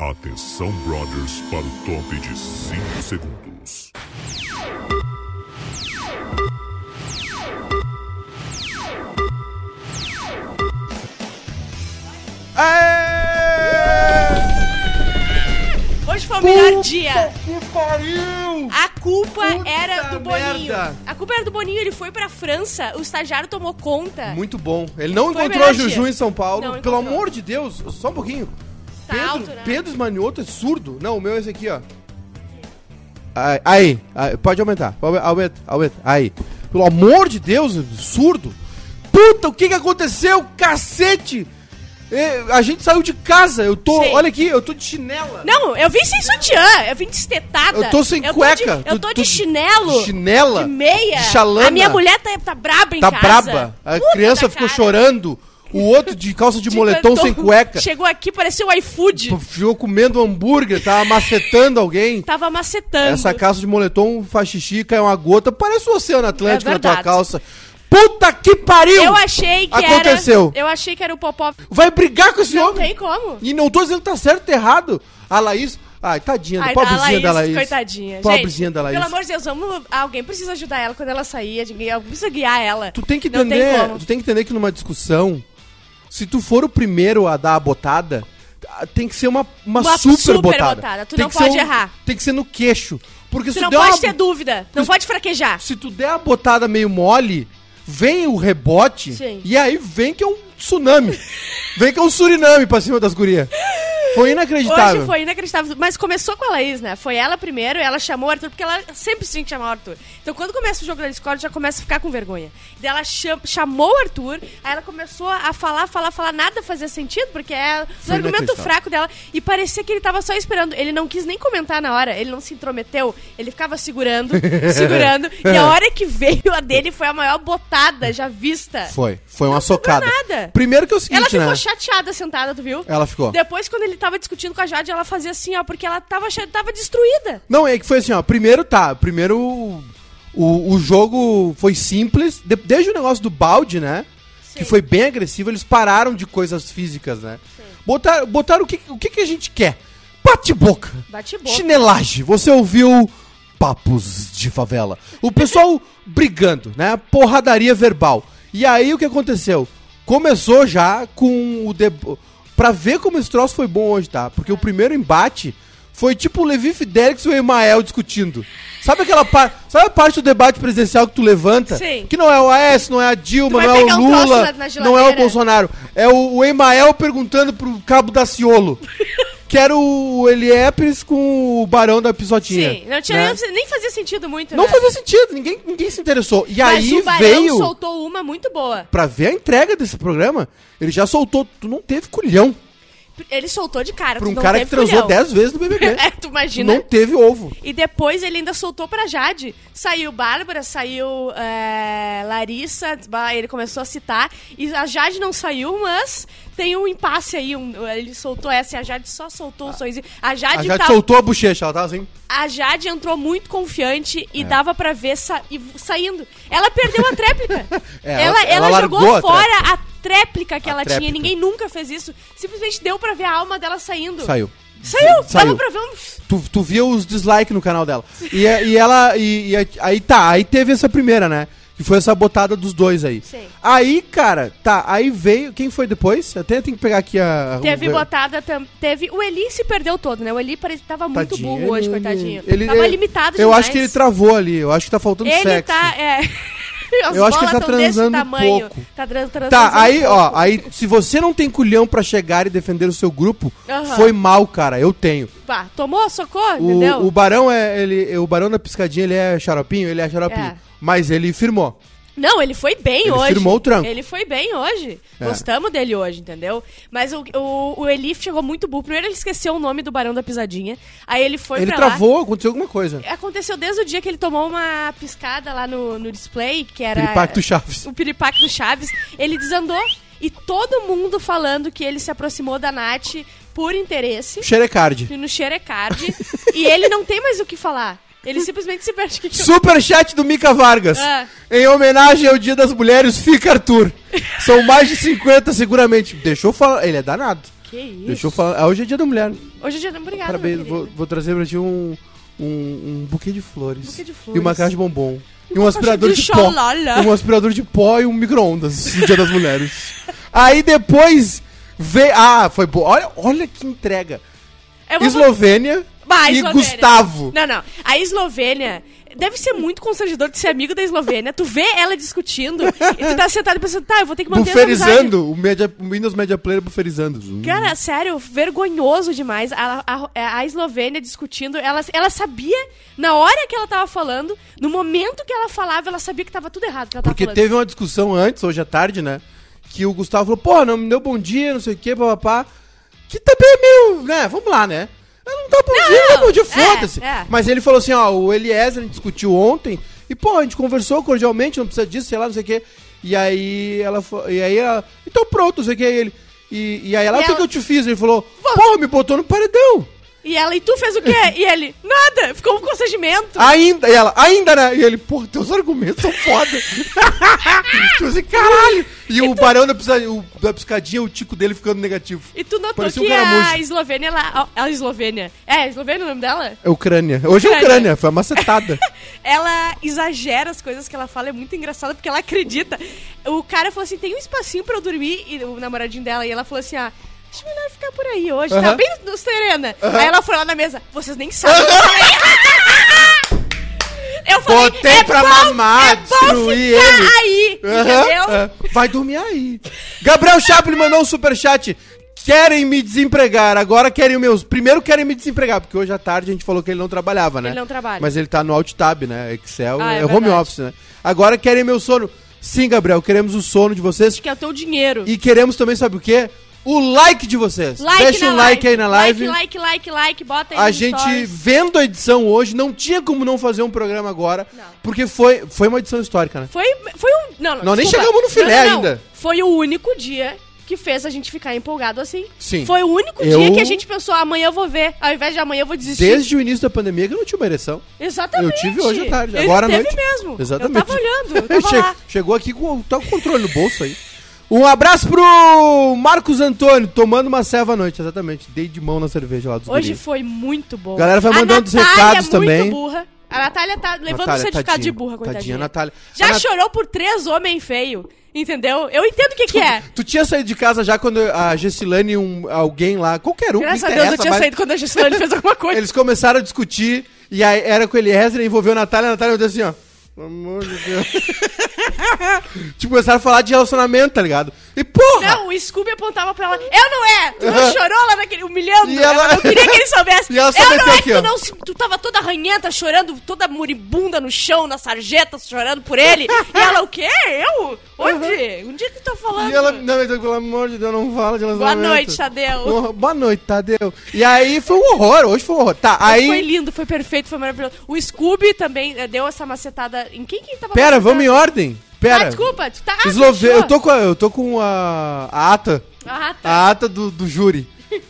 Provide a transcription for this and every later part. Atenção, brothers, para o top de 5 segundos. Hoje foi o melhor dia. Que pariu! A culpa Puta era do Boninho. merda. A culpa era do Boninho, ele foi pra França, o estagiário tomou conta. Muito bom. Ele não Foi encontrou a homenagem. Juju em São Paulo. Não Pelo encontrou. amor de Deus, só um pouquinho. Tá Pedro, alto, né? Pedro Esmanioto é surdo. Não, o meu é esse aqui, ó. Aí, aí, aí, pode aumentar. Aume- Aumenta, aumenta. Aí. Pelo amor de Deus, surdo. Puta, o que que aconteceu? Cacete! É, a gente saiu de casa. Eu tô, Sim. olha aqui, eu tô de chinela. Não, eu vim sem sutiã, eu vim destetada. Eu tô sem de- cueca. eu Tu- tô tu- de chinelo, de chinela. de meia. de chalana. A minha mulher tá, tá braba em tá casa. braba. A Puta criança cara. ficou chorando. O outro de calça de De moletom sem cantor. cueca. Chegou aqui, parecia o iFood. Ficou comendo hambúrguer, tava macetando alguém. Tava macetando. Essa calça de moletom faz xixi, cai uma gota. Parece o Oceano Atlântico É na tua verdade. calça. Puta que pariu! Eu achei que Aconteceu. era... Eu achei que era o Popó. Vai brigar com esse Não homem? tem como. E não tô dizendo que tá certo ou tá errado. A Laís... Ai, tadinha, Ai, pobrezinha da Laís. Coitadinha. Pobrezinha da Laís. Pelo amor de Deus, vamos. Alguém precisa ajudar ela quando ela sair. alguém- Alguém precisa guiar ela. Tu tem que Não entender, tem como. tu tem que entender que numa discussão, se tu for o primeiro a dar a botada, ah, tem que ser uma, uma, Uma super, super botada. botada, tu Tem não que ser um pode errar. Tem que ser no queixo. Porque se Tu tu, não der pode uma- ter dúvida. Não pode fraquejar. se tu der a botada meio mole, vem o rebote Sim. e aí vem que é um tsunami. vem que é um suriname pra cima das gurias. Foi inacreditável. Hoje foi inacreditável. Mas começou com a Laís, né? Foi ela primeiro, ela chamou o Arthur, porque ela sempre tinha que chamar o Arthur. Então quando começa o jogo da Discord, já começa a ficar com vergonha. Daí ela cham- chamou o Arthur, aí ela começou a falar, falar, falar, nada fazia sentido, porque é um Foi argumento inacreditável. fraco dela. E parecia que ele tava só esperando. Ele não quis nem comentar na hora, ele não se intrometeu, ele ficava segurando, segurando. E a hora que veio a dele foi a maior botada já vista. Foi, foi uma sobrou socada. nada. Primeiro que é o seguinte, Ela ficou né? chateada sentada, tu viu? Ela ficou. Depois, quando ele tava discutindo com a Jade, ela fazia assim, ó, porque ela tava, che- tava destruída. Não, é que foi assim, ó. Primeiro tá, primeiro o- o, o jogo foi simples. de- desde o negócio do balde, né? Que foi bem agressivo, eles pararam de coisas físicas, né? Botaram, botaram o, que, o que, que a gente quer? Bate-boca. Bate-boca. Chinelagem. Você ouviu papos de favela. O pessoal brigando, né? Porradaria verbal. E aí o que aconteceu? Começou já com o debo... Pra ver como esse troço foi bom hoje, tá? Porque o primeiro embate foi tipo o Levi Fidelix e o Emael discutindo. Sabe aquela parte. Sabe a parte do debate presidencial que tu levanta? Sim. Que não é o AS, não é a Dilma, Tu vai não é o pegar um troço Lula, na- na não é o geladeira. Bolsonaro. É o, o Emael perguntando pro Cabo Daciolo. que era o Eliepes com o Barão da Pisotinha. Sim, não tinha né? nem, nem fazia sentido muito, Não né? fazia sentido, ninguém, ninguém se interessou. E Mas aí o Barão veio, soltou uma muito boa. pra ver a entrega desse programa, ele já soltou, tu não teve culhão. Ele soltou de cara. Pra tu um não cara que teve transou culhão. 10 vezes no BBB. É, tu tu imagina. Tá não teve ovo. E depois ele ainda soltou pra Jade. Saiu Bárbara, saiu é, Larissa, ba- ele começou a citar. E a Jade não saiu, mas tem um impasse aí. um- ele soltou essa e a Jade só soltou o sorriso. A Ah. Jade, tá A Jade tava- soltou a bochecha, ela tava assim. A Jade entrou muito confiante É. e dava pra ver sa- e v- saindo. Ela perdeu a tréplica. É, ela, ela- ela ela largou jogou a fora a tréplica que A ela tinha. tréplica. Ninguém nunca fez isso. Simplesmente deu pra ver a alma dela saindo. Saiu. Saiu! Saiu. Dava pra ver um. Tu, tu via os dislikes no canal dela. E, a- e ela. E, e a- aí tá, aí teve essa primeira, né? Que foi essa botada dos dois aí. Sim. Aí, cara, tá, aí veio. Quem foi depois? Eu até tenho que pegar aqui a. Teve o- botada tam- Teve. O Eli se perdeu todo, né? O Eli parecia tava muito Tadinho, burro hoje, ele- coitadinho. ele- tava ele- limitado Eu demais. acho que ele travou ali, eu acho que tá faltando Ele sexo. tá. É. As Eu acho que ele tá bolas tão desse transando tamanho. pouco. Tá tran- tran- Tá, transando aí, ó, pouco. aí se você não tem culhão pra chegar e defender o seu grupo, Aham. foi mal, cara. Eu tenho. Pá, tomou socorro, entendeu? O, o Barão é ele, o Barão da piscadinha, ele é xaropinho, ele é xaropinho, É. mas ele firmou. Não, ele foi bem Ele hoje. firmou o tranco. Ele foi bem hoje. É. Gostamos dele hoje, entendeu? Mas o, o, o Eli chegou muito burro. Primeiro ele esqueceu o nome do Barão da Pisadinha. Aí ele foi ele pra travou, aconteceu alguma coisa. lá. Aconteceu desde o dia que ele tomou uma piscada lá no, no display, que era... Piripaque do Chaves. O piripaque do Chaves. Ele desandou e todo mundo falando que ele se aproximou da Nath por interesse. Xerecard. No Xerecard. e ele não tem mais o que falar. Ele simplesmente se perde. Que que eu- Superchat do Mica Vargas. Ah. Em homenagem ao Dia das Mulheres, fica Arthur. São mais de 50, seguramente. Deixou falar. Ele é danado. Que isso? Deixa eu falar. Ah, hoje é dia da mulher. Hoje é dia da obrigada, Parabéns. meu Vou, querido. vou trazer pra ti um, um, um buquê de flores. Buquê de flores. E uma caixa de bombom. E um Uma aspirador caixa de, de pó. xolala. Um aspirador de pó e um micro-ondas no dia das mulheres. Aí depois vê. Ah, foi boa. Olha, olha que entrega. Eu vou- Eslovênia Vai, e Eslovênia. Gustavo. Não, não. A Eslovênia deve ser muito constrangedor de ser amigo da Eslovênia. Tu vê ela discutindo e tu tá sentado e pensando, tá, eu vou ter que manter essa amizade. Buferizando. O, media, o Windows Media Player buferizando. Cara, sério, vergonhoso demais. A, a, a Eslovênia discutindo. Ela, ela sabia, na hora que ela tava falando, no momento que ela falava, ela sabia que tava tudo errado que ela tava Porque falando. teve uma discussão antes, hoje à tarde, né? Que o Gustavo falou, pô, não me deu bom dia, não sei o que, papapá. Que também é meio, né? Vamos lá, né? Ah, Não dá bom dia, não dá bom dia, é, foda-se. é. Mas ele falou assim, ó, o Eliezer a gente discutiu ontem, e pô, a gente conversou cordialmente, não precisa disso, sei lá, não sei o que. E aí ela fa- e aí ela, então pronto, não sei o que, ele. E, e aí ela, E o que, ela- que eu te fiz? Ele falou, pô, me botou no paredão. E ela, e tu fez o quê? e ele, nada, ficou um Ah, constrangimento. Ainda, e ela, ainda, né? E ele, porra, teus argumentos são foda. tipo assim, caralho. E o barão da, pisa- o- da piscadinha, o tico dele ficando negativo. E tu notou Parecia um que caramujo. a Eslovênia, ela. A, a Eslovênia. É, a Eslovênia é o nome dela? É Ucrânia. Hoje é Ucrânia. Ucrânia, foi uma macetada. ela exagera as coisas que ela fala, é muito engraçado porque ela acredita. O cara falou assim: tem um espacinho pra eu dormir, e o namoradinho dela, e ela falou assim: ah, acho melhor ficar por aí hoje, tá Aham. bem no serena. Aí ela foi lá na mesa, vocês nem sabem. Eu falei, eu falei Botei é pra bom, mamar, é bom destruí ficar ele." aí, entendeu? Aham, é. Vai dormir aí. Gabriel Chaplin mandou um superchat. Querem me desempregar, agora querem o meus. Primeiro querem me desempregar, porque hoje à tarde a gente falou que ele não trabalhava, né? Ele não trabalha. Mas ele tá no alt tab, né? Excel, Ah, é é home verdade. office, né? Agora querem meu sono. Sim, Gabriel, queremos o sono de vocês. Acho que é o teu dinheiro. E queremos também, sabe o quê? O like de vocês. Like Deixa na um like aí na live. Like, like, like, like, bota aí A nos gente stories. vendo a edição hoje, não tinha como não fazer um programa agora, Não. porque foi, foi uma edição histórica, né? Foi, foi um. Não, não, Nós nem desculpa. chegamos no filé Não, não, não. ainda. Foi o único dia que fez a gente ficar empolgado assim. Sim. Foi o único Eu- dia que a gente pensou, amanhã eu vou ver, ao invés de amanhã eu vou desistir. Desde o início da pandemia que não tinha uma ereção. Exatamente. eu tive hoje à tarde, agora à teve noite. mesmo. Exatamente. Eu tava olhando, eu tava Che- lá. Chegou aqui com tá com o controle no bolso aí. Um abraço pro Marcos Antônio, tomando uma ceva à noite, exatamente. Dei de mão na cerveja lá dos Hoje guris. foi muito bom. Galera vai A mandando os Natália recados é muito também. burra. A Natália tá levando Natália, o certificado tadinha, de burra, coitadinha. Tadinha, Natália. Já A Nat- chorou por três homens feios, entendeu? Eu entendo o que que é. Tu tinha saído de casa já quando a Gessilane e um, alguém lá, qualquer um, não Graças a Deus interessa, eu tinha mas saído quando a Gislaine fez alguma coisa. Eles começaram a discutir e aí era com o Eliezer, envolveu a Natália, a Natália deu assim, ó. Pelo amor de Deus. tipo, começaram a falar de relacionamento, tá ligado? E porra! Não, o Scooby apontava pra ela. Eu não é! Tu não Ah. Aham. chorou lá naquele. humilhando! E ela... ela- não queria que ele soubesse! E ela só eu meteu não é aqui, que ó. tu não. se- Tu tava toda arranhenta, chorando, toda moribunda no chão, na sarjeta, chorando por ele. e ela, o quê? Eu? Onde? Onde é que tu tá falando? E ela, não, é, então, pelo amor de Deus, não fala de Boa relacionamento. noite, Tadeu. Porra, Boa noite, Tadeu. E aí foi um horror, hoje foi um horror. Tá, Foi aí. lindo, foi perfeito, foi maravilhoso. O Scooby também eh, deu essa macetada. Em quem que ele tava Pera, macetando? vamos em ordem. né? Ah, Pera. desculpa, tu tá. Ah, Eslove... fechou. Eu tô com a, eu tô com a, a ata. Ah, tá. A ata do, do júri.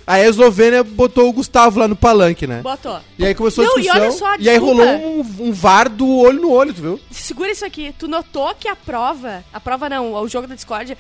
Aí a Eslovênia botou o Gustavo lá no palanque, né? Botou. E aí começou Não, a e discussão. E, olha só, aí desculpa. rolou um, um var do olho no olho, tu viu? Segura isso aqui. Tu notou que a prova, a prova não, o jogo da discórdia,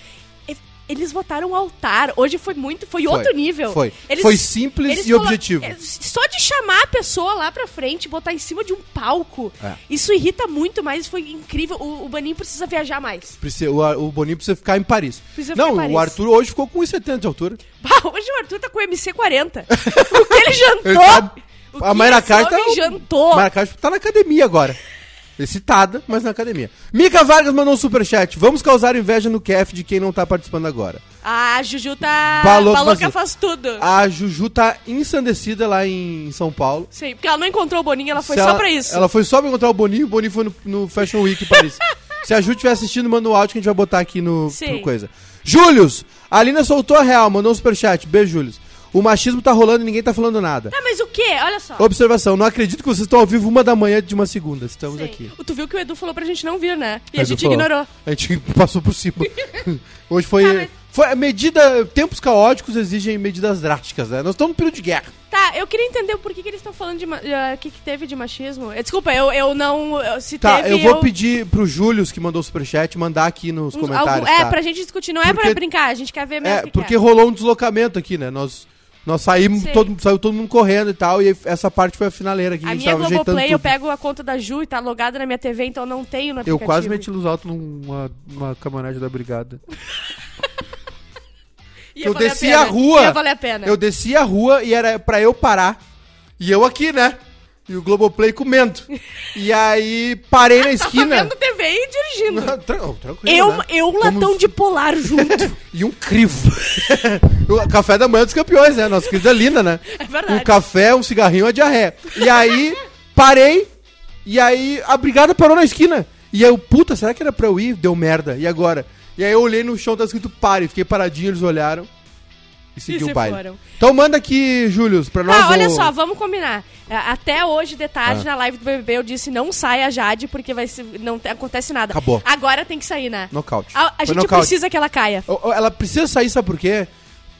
e- eles votaram altar. Hoje foi muito, foi, outro nível. Foi. Eles- foi simples eles e colo- objetivo. é, Só de chamar a pessoa lá pra frente, botar em cima de um palco, É. isso irrita muito, mas foi incrível. O, o Baninho precisa viajar mais. Precisa- O, Ar- o Boninho precisa ficar em Paris. Precisa Não, ficar em Paris. o Arthur hoje ficou com 1,70 de altura. Bah, hoje o Arthur tá com o MC40. o que ele jantou? Ele tá- O a que Mayra esse Carta. é um homem jantou? Mayra Carta tá na academia agora. Excitada, mas na academia. Mica Vargas mandou um superchat. Vamos causar inveja no QF de quem não tá participando agora. A Juju tá... Balou que Baloca fazia. faz tudo. A Juju tá ensandecida lá em São Paulo. Sim, porque ela não encontrou o Boninho, ela foi Se só ela- pra isso. Ela foi só pra encontrar o Boninho, o Boninho foi no, no Fashion Week em Paris. Se a Ju estiver assistindo, manda um áudio que a gente vai botar aqui no Sim. pro coisa. Július, a Alina soltou a real, mandou um superchat. Beijo, Július. O machismo tá rolando e ninguém tá falando nada. Tá, mas o quê? Olha só. Observação, não acredito que vocês estão ao vivo uma da manhã de uma segunda. Estamos Sim. aqui. Tu viu que o Edu falou pra gente não vir, né? E a Mas eu gente falo, ignorou. A gente passou por cima. Hoje foi, Tá, mas- Foi a medida. Tempos caóticos exigem medidas drásticas, né? Nós estamos num período de guerra. Tá, eu queria entender por que, que eles estão falando de. ma- eh, O que, que teve de machismo? Eh, Desculpa, eu, eu não. eu- se Tá, teve, eu vou pedir pro Júlio que mandou o superchat, mandar aqui nos uns- comentários. algum- é, tá? pra gente discutir, não é Porque- pra brincar, a gente quer ver mesmo. o É, que porque que é. rolou um deslocamento aqui, né? Nós, nós saímos, Sim. todo, saiu todo mundo correndo e tal, e essa parte foi a finaleira aqui, a, A gente minha tava ajeitando Globoplay, tudo. eu pego a conta da Ju e tá logada na minha TV, então não tenho no Eu aplicativo. quase meti Luz Alto numa, numa caminhonete da brigada. Ia eu valer desci pena, a rua. Ia valer a pena. Eu desci a rua e era pra eu parar. E eu aqui, né? E o Globoplay comendo. E aí parei na Tava esquina. Ah, tá vendo TV e dirigindo. Tran- tranquilo, Eu, né? eu um Como- latão de polar junto. E um crivo. o café da manhã dos campeões, né? Nossa querida Lina, né? É Um verdade. café, um cigarrinho, uma diarreia. E aí, parei. E aí, a brigada parou na esquina. E aí, eu, puta, será que era pra eu ir? Deu merda. E agora? E aí, eu olhei no chão, tá escrito pare. Fiquei paradinho, eles olharam. E segui se o baile. foram. Então, manda aqui, Júlio, pra nós. Ah, olha o- só, vamos combinar. É, Até hoje, de tarde, Ah. na live do BBB, eu disse não saia a Jade, porque vai se- não te- acontece nada. Acabou. Agora tem que sair, né? Nocaute. A, a Foi gente nocaute. precisa que ela caia. O- o- Ela precisa sair, sabe por quê?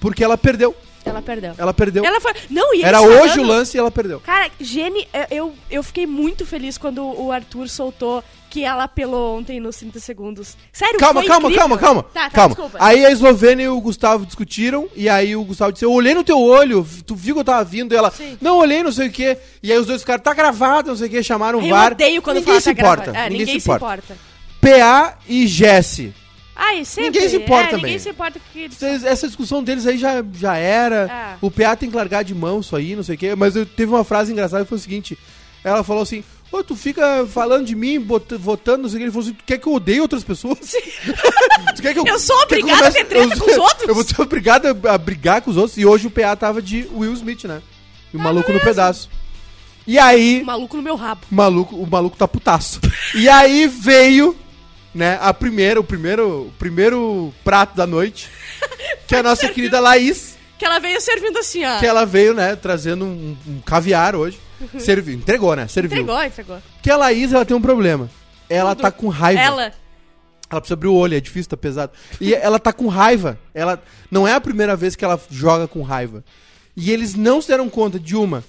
Porque ela perdeu. Ela perdeu. Ela perdeu. Ela foi... Não, e eles Era falando- hoje o lance e ela perdeu. Cara, Gene, eu- eu, eu fiquei muito feliz quando o Arthur soltou que ela apelou ontem nos 30 segundos. Sério, Calma, foi calma, incrível. calma, calma. Tá, tá, calma. desculpa. Aí a Eslovênia e o Gustavo discutiram, e aí o Gustavo disse: Eu olhei no teu olho, tu viu que eu tava vindo, e ela, Sim. não olhei, não sei o quê. E aí os dois ficaram, tá gravado, não sei o quê, chamaram o eu VAR. odeio quando ninguém fala se tá gravando. importa. É, ninguém, se importa. se importa. PA e Jesse. Ai, sempre. Ninguém se importa é, também. Ninguém se importa porque eles Vocês- Essa discussão deles aí já, já era. Ah. O PA tem que largar de mão isso aí, não sei o quê. Mas eu, teve uma frase engraçada que foi o seguinte: ela falou assim. Pô, tu fica falando de mim, bota- votando, não sei o que. Ele falou assim: tu quer que eu odeie outras pessoas? tu quer que Eu sou quer que obrigada a comece- ter treta eu- com os outros? Eu vou ser obrigado a, a brigar com os outros. E hoje o PA tava de Will Smith, né? E Ah, o maluco é no pedaço. E aí, maluco no meu rabo. o maluco, o maluco tá putaço. E aí veio, né, a primeira, o primeiro, o primeiro prato da noite, que é a nossa querida Laís, Que ela veio servindo assim, ó. que ela veio, né, trazendo um, um caviar hoje. Serviu, entregou, né? Serviu. Uhum. Entregou, entregou. Que a Laís, ela tem um problema. Ela tá com raiva. Ela. Ela precisa abrir o olho, é difícil, tá pesado. E ela tá com raiva. Ela não é a primeira vez que ela joga com raiva. E eles não se deram conta de uma.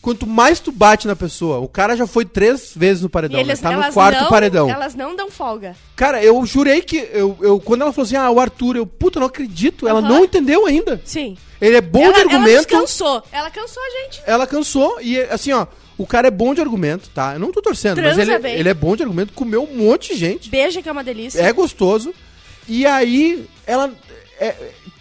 Quanto mais tu bate na pessoa, o cara já foi três vezes no E paredão, eles, né? Tá no elas quarto não, paredão. Elas não dão folga. Cara, eu jurei que. Eu, eu- quando ela falou assim, ah, o Arthur, eu, puta, não acredito. Ela Aham. não entendeu ainda. Sim. Ele é bom ela, de Ela nos argumento. cansou. Ela cansou a gente. Ela cansou e, assim, ó, o cara é bom de argumento, tá? Eu não tô torcendo, mas Transa ele, bem. ele é bom de argumento, comeu um monte de gente. Beija, que é uma delícia. É gostoso. E aí, ela. é-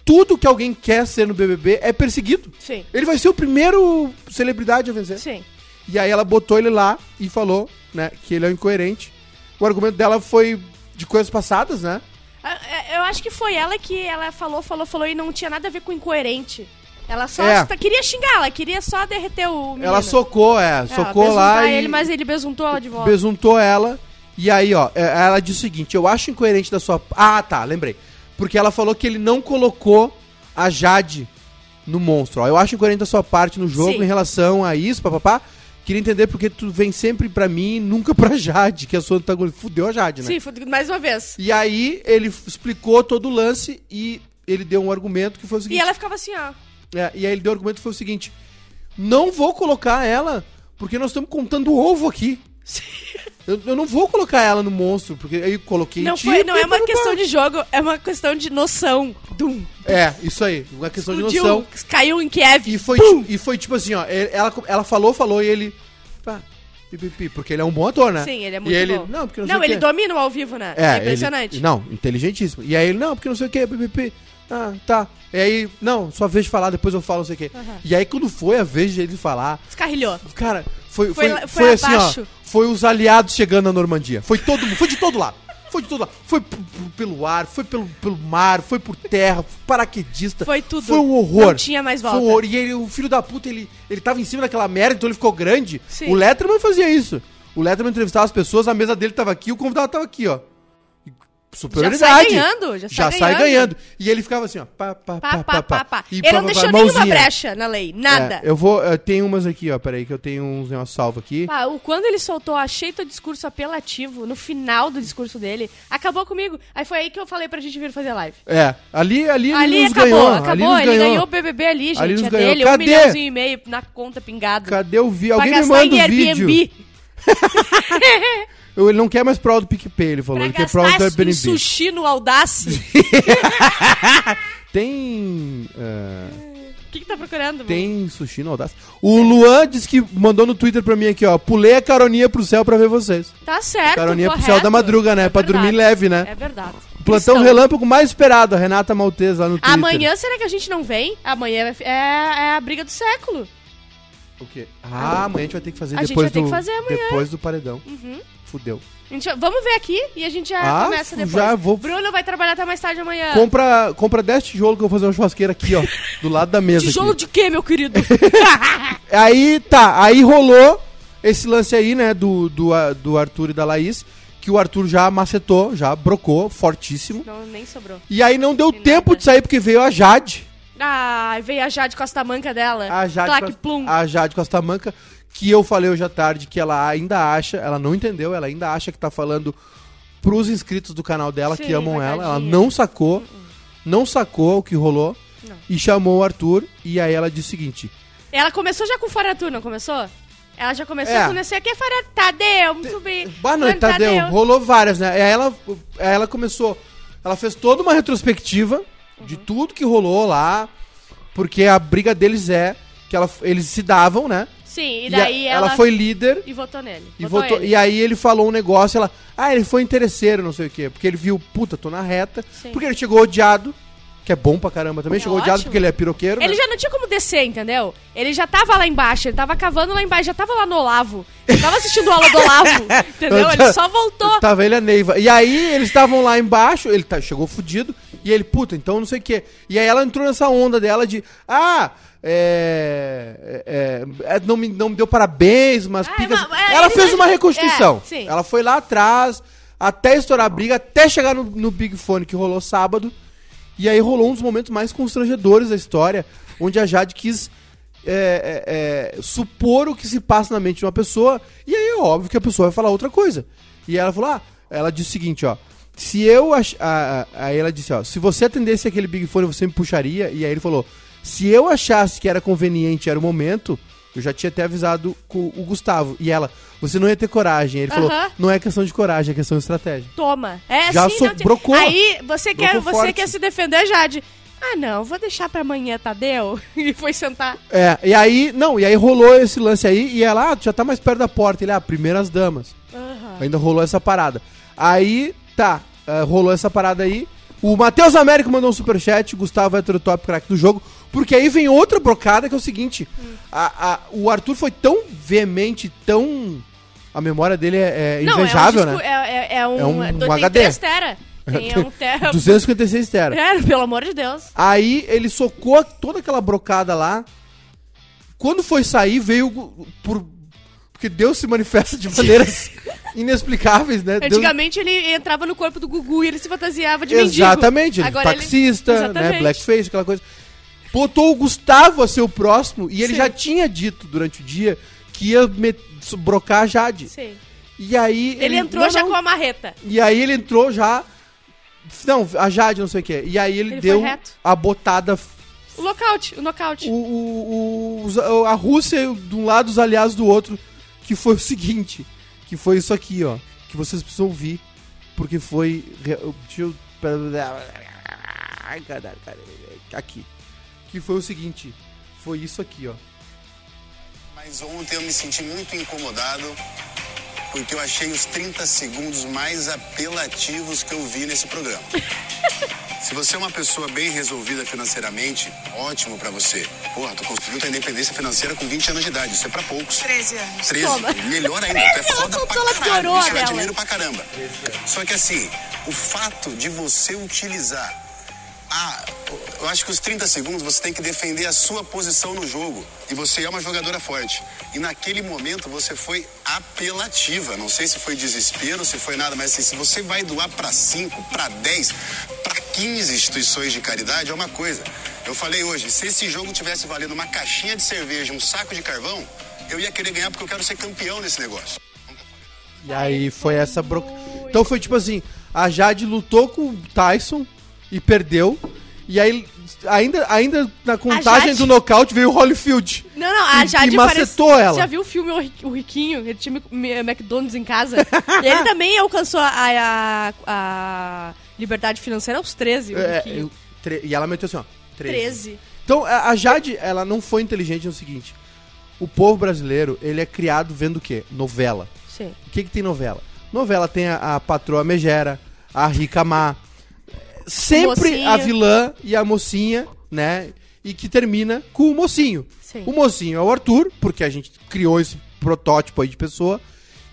tudo que alguém quer ser no BBB é perseguido. Sim. Ele vai ser o primeiro celebridade a vencer. Sim. E aí ela botou ele lá e falou, né, que ele é um incoerente. O argumento dela foi de coisas passadas, né? Ah, é, Eu acho que foi ela que ela falou, falou, falou e não tinha nada a ver com incoerente. Ela só É. tá- queria xingar, ela queria só derreter o menino. Ela socou, é, É, socou besuntar lá e ele, mas ele besuntou ela de volta. besuntou ela. E aí, ó, é, ela disse o seguinte: eu acho incoerente da sua. Ah, tá, lembrei. Porque ela falou que ele não colocou a Jade no monstro. Ó. Eu acho incoerente da sua parte no jogo Sim. em relação a isso, papapá. Queria entender porque tu vem sempre pra mim e nunca pra Jade, que é a sua antagonista. Fudeu a Jade, né? Sim, foi- mais uma vez. E aí ele f- explicou todo o lance e ele deu um argumento que foi o seguinte. E ela ficava assim, ó. É, e aí ele deu o argumento que foi o seguinte: não vou colocar ela porque nós estamos contando o ovo aqui. Eu, eu não vou colocar ela no monstro, porque aí eu coloquei Não, tipo, foi, não é e uma pá, pá, questão pá. de jogo, é uma questão de noção. Dum. É, isso aí, uma questão Explodiu, de noção. Caiu em Kiev. E foi, ti- e foi tipo assim, ó, ele- ela, ela falou, falou e ele. pá, pi, pi, pi, porque ele é um bom ator, né? Sim, ele é E muito ele- bom. Não, porque não, Não, sei o ele quê. domina o ao vivo, né? É, impressionante. Ele, não, inteligentíssimo. E aí ele, não, porque não sei o que, ppp. Ah, tá. E aí, não, sua vez de falar, depois eu falo, não sei o quê. Aham. E aí, quando foi a vez de ele falar, Descarrilhou. Cara, foi, foi, Foi foi, lá- foi assim, ó. abaixo. Foi os aliados chegando na Normandia. Foi todo mundo, foi de todo lado. Foi de todo lado. Foi p- p- pelo ar, foi pelo, pelo mar, foi por terra, foi paraquedista. Foi tudo. Foi um horror. Não tinha mais volta. Foi um horror. E ele, o filho da puta, ele, ele tava em cima daquela merda, então ele ficou grande. Sim. O Letterman fazia isso. O Letterman entrevistava as pessoas, a mesa dele tava aqui, o convidado tava aqui, ó. E superioridade. ganhando, já sai ganhando. E ele ficava assim, ó. Pá, pá, Pá, pá, pá, pá. E Ele pá, não pá, deixou pá, nenhuma mãozinha. brecha na lei, nada. É, eu vou. eh, tem umas aqui, ó. Peraí, que eu tenho uns negócios salvo aqui. Ah, o, quando ele soltou, achei teu discurso apelativo, no final do discurso dele, acabou comigo. Aí foi aí que eu falei pra gente vir fazer live. É, ali, ali, Ali ele nos acabou, ganhou. acabou. ali nos ele ganhou. ganhou o BBB ali, gente. Ali nos é ganhou. dele, um Cadê? milhãozinho e meio na conta pingado. Cadê o vídeo? pra Alguém me gastar manda em um Airbnb. vídeo. Eu- Ele não quer mais prova do PicPay, ele falou. Pra Ele quer prova do gastar em é Airbnb. sushi no Audace. Tem. eh, O que que tá procurando? mano? Tem sushi no Audaz. O Luan disse que mandou no Twitter pra mim aqui, ó. Pulei a caroninha pro céu pra ver vocês. Tá certo, caroninha pro correto. céu da madruga, né? É pra verdade. dormir leve, né? É verdade. Plantão Cristão. relâmpago mais esperado, a Renata Maltese lá no Twitter. Amanhã será que a gente não vem? Amanhã é, é- é a briga do século. O quê? Ah, amanhã a gente vai ter que fazer A gente depois vai ter do. que fazer amanhã. Uhum. Depois do paredão. Fudeu. A gente- vamos ver aqui e a gente já Ah, começa depois. já vou- Bruno vai trabalhar até mais tarde amanhã. Compra, compra 10 tijolos que eu vou fazer uma churrasqueira aqui, ó. do lado da mesa. Tijolo aqui. de quê, meu querido? Aí tá, aí rolou esse lance aí, né, do, do, ah, do Arthur e da Laís. Que o Arthur já macetou, já brocou, fortíssimo. não, nem sobrou. E aí não deu Tem tempo nada. de sair porque veio a Jade. Ai, Ah, veio a Jade Costa Manca dela. A Ah. Jade, Claque Costa- plum. a Jade Costamanca, que eu falei hoje à tarde que ela ainda acha, ela não entendeu, ela ainda acha que tá falando pros inscritos do canal dela que Sim, amam ela. Ela coitadinha. não sacou, não sacou o que rolou Não. e chamou o Arthur. E aí ela disse o seguinte: Ela começou já com Fora Tu, não começou? Ela já começou É. com não sei o que, Fora Tadeu, muito bem. Boa noite, Mano, Tadeu. Rolou várias, né? Aí ela, aí ela começou. Ela fez toda uma retrospectiva Uhum. de tudo que rolou lá. Porque a briga deles é que ela- eles se davam, né? Sim, e a- daí ela... foi líder E votou nele. e, votou, ele. e aí ele falou um negócio, ela. Ah, ele foi interesseiro, não sei o quê. Porque ele viu, puta, tô na reta. Sim. Porque ele chegou odiado, que é bom pra caramba também. É chegou odiado ótimo. porque ele é piroqueiro. Ele né? já não tinha como descer, entendeu? Ele já tava lá embaixo, ele tava cavando lá embaixo, já tava lá no Olavo. Já tava assistindo aula do Olavo, entendeu? Ele só voltou. Tava ele e a Neiva. E aí eles estavam lá embaixo, ele tá, chegou fudido, e ele, puta, então não sei o quê. E aí ela entrou nessa onda dela de, ah, é. é, é, não, me, não me deu parabéns, mas Ah, pica. é uma- é, ela ele fez já- uma reconstituição. é, sim. ela foi lá atrás, até estourar a briga, até chegar no, no Big Fone que rolou sábado. E aí rolou um dos momentos mais constrangedores da história, onde a Jade quis. é, é, é, supor o que se passa na mente de uma pessoa, e aí é óbvio que a pessoa vai falar outra coisa. E ela falou: ah, ela disse o seguinte, ó. Se eu. ach- ah, ah, Aí ela disse, ó, se você atendesse aquele Big Fone, você me puxaria. E aí ele falou: se eu achasse que era conveniente, era o momento, eu já tinha até avisado com o Gustavo. E ela, você não ia ter coragem. Ele falou: Aham. não é questão de coragem, é questão de estratégia. Toma. É Já assim, so- não tinha- brocou. Aí você quer, Brocou você forte. quer se defender, Jade. Ah, não, vou deixar pra amanhã, Tadeu. E foi sentar. É, e aí, não, e aí rolou esse lance aí, e ela, ah, tu já tá mais perto da porta. Ele, ah, primeiras damas. Aham. Ainda rolou essa parada. Aí, tá, eh, rolou essa parada aí. O Matheus Américo mandou um superchat, o Gustavo hétero top craque do jogo, porque aí vem outra brocada que é o seguinte: a- a- o Arthur foi tão veemente, tão. A memória dele é, é Não, invejável, é um discu- né? É, é- é um, É um tem HD. três tera. Tem um tera. 256 tera. É, pelo amor de Deus. Aí ele socou toda aquela brocada lá. Quando foi sair, veio o- por. Porque Deus se manifesta de maneiras inexplicáveis, né? Deus- Antigamente ele entrava no corpo do Gugu e ele se fantasiava de mendigo. Exatamente, ele, Agora ele- taxista, né? Exatamente. Blackface, aquela coisa. Botou o Gustavo a ser o próximo e ele Sim. já tinha dito durante o dia que ia met- brocar a Jade. Sim. E aí. Ele, entrou não, já não. com a marreta. E aí ele entrou já. Não, a Jade, não sei o quê. E aí ele, Ele foi deu reto. a botada O nocaute, o nocaute. o- o- o- os- a Rússia de um lado, os aliados do outro, que foi o seguinte, que foi isso aqui, ó, que vocês precisam ouvir, porque foi re- deixa eu- aqui, que foi o seguinte, foi isso aqui, ó. Mas ontem eu me senti muito incomodado porque eu achei os 30 segundos mais apelativos que eu vi nesse programa. Se você é uma pessoa bem resolvida financeiramente, ótimo pra você. Porra, tu construiu tua independência financeira com 20 anos de idade, isso é pra poucos. 13 anos. 13, Toma. melhor ainda, tu é Ela foda pra soltou, ela piorou caralho, a isso eu dela. admiro pra caramba. Só que assim, o fato de você utilizar a, Eu acho que os 30 segundos você tem que defender a sua posição no jogo. E você é uma jogadora forte. E naquele momento você foi apelativa. Não sei se foi desespero, se foi nada, mas assim, se você vai doar para 5, para 10, para 15 instituições de caridade, é uma coisa. Eu falei hoje, se esse jogo tivesse valendo uma caixinha de cerveja, um saco de carvão, eu ia querer ganhar porque eu quero ser campeão nesse negócio. E aí foi essa broca. Então foi tipo assim, a Jade lutou com o Tyson e perdeu. E aí, ainda, ainda na contagem Jade- do nocaute, veio o Holyfield. Não, não, a E- Jade e macetou parece- ela. Você já viu o filme O Ri- O Riquinho? Ele tinha Mc- Me- McDonald's em casa. E ele também alcançou a, a- a liberdade financeira aos 13, o É, Riquinho. eu- tre- e ela meteu assim, ó. 13. 13. Então, a a Jade, ela não foi inteligente no seguinte. O povo brasileiro, ele é criado vendo o quê? Novela. Sim. O que, que tem novela? Novela tem a, a patroa megera, a rica má. Sempre Mocinho. a vilã e a mocinha, né? E que termina com o mocinho. Sim. O mocinho é o Arthur, porque a gente criou esse protótipo aí de pessoa.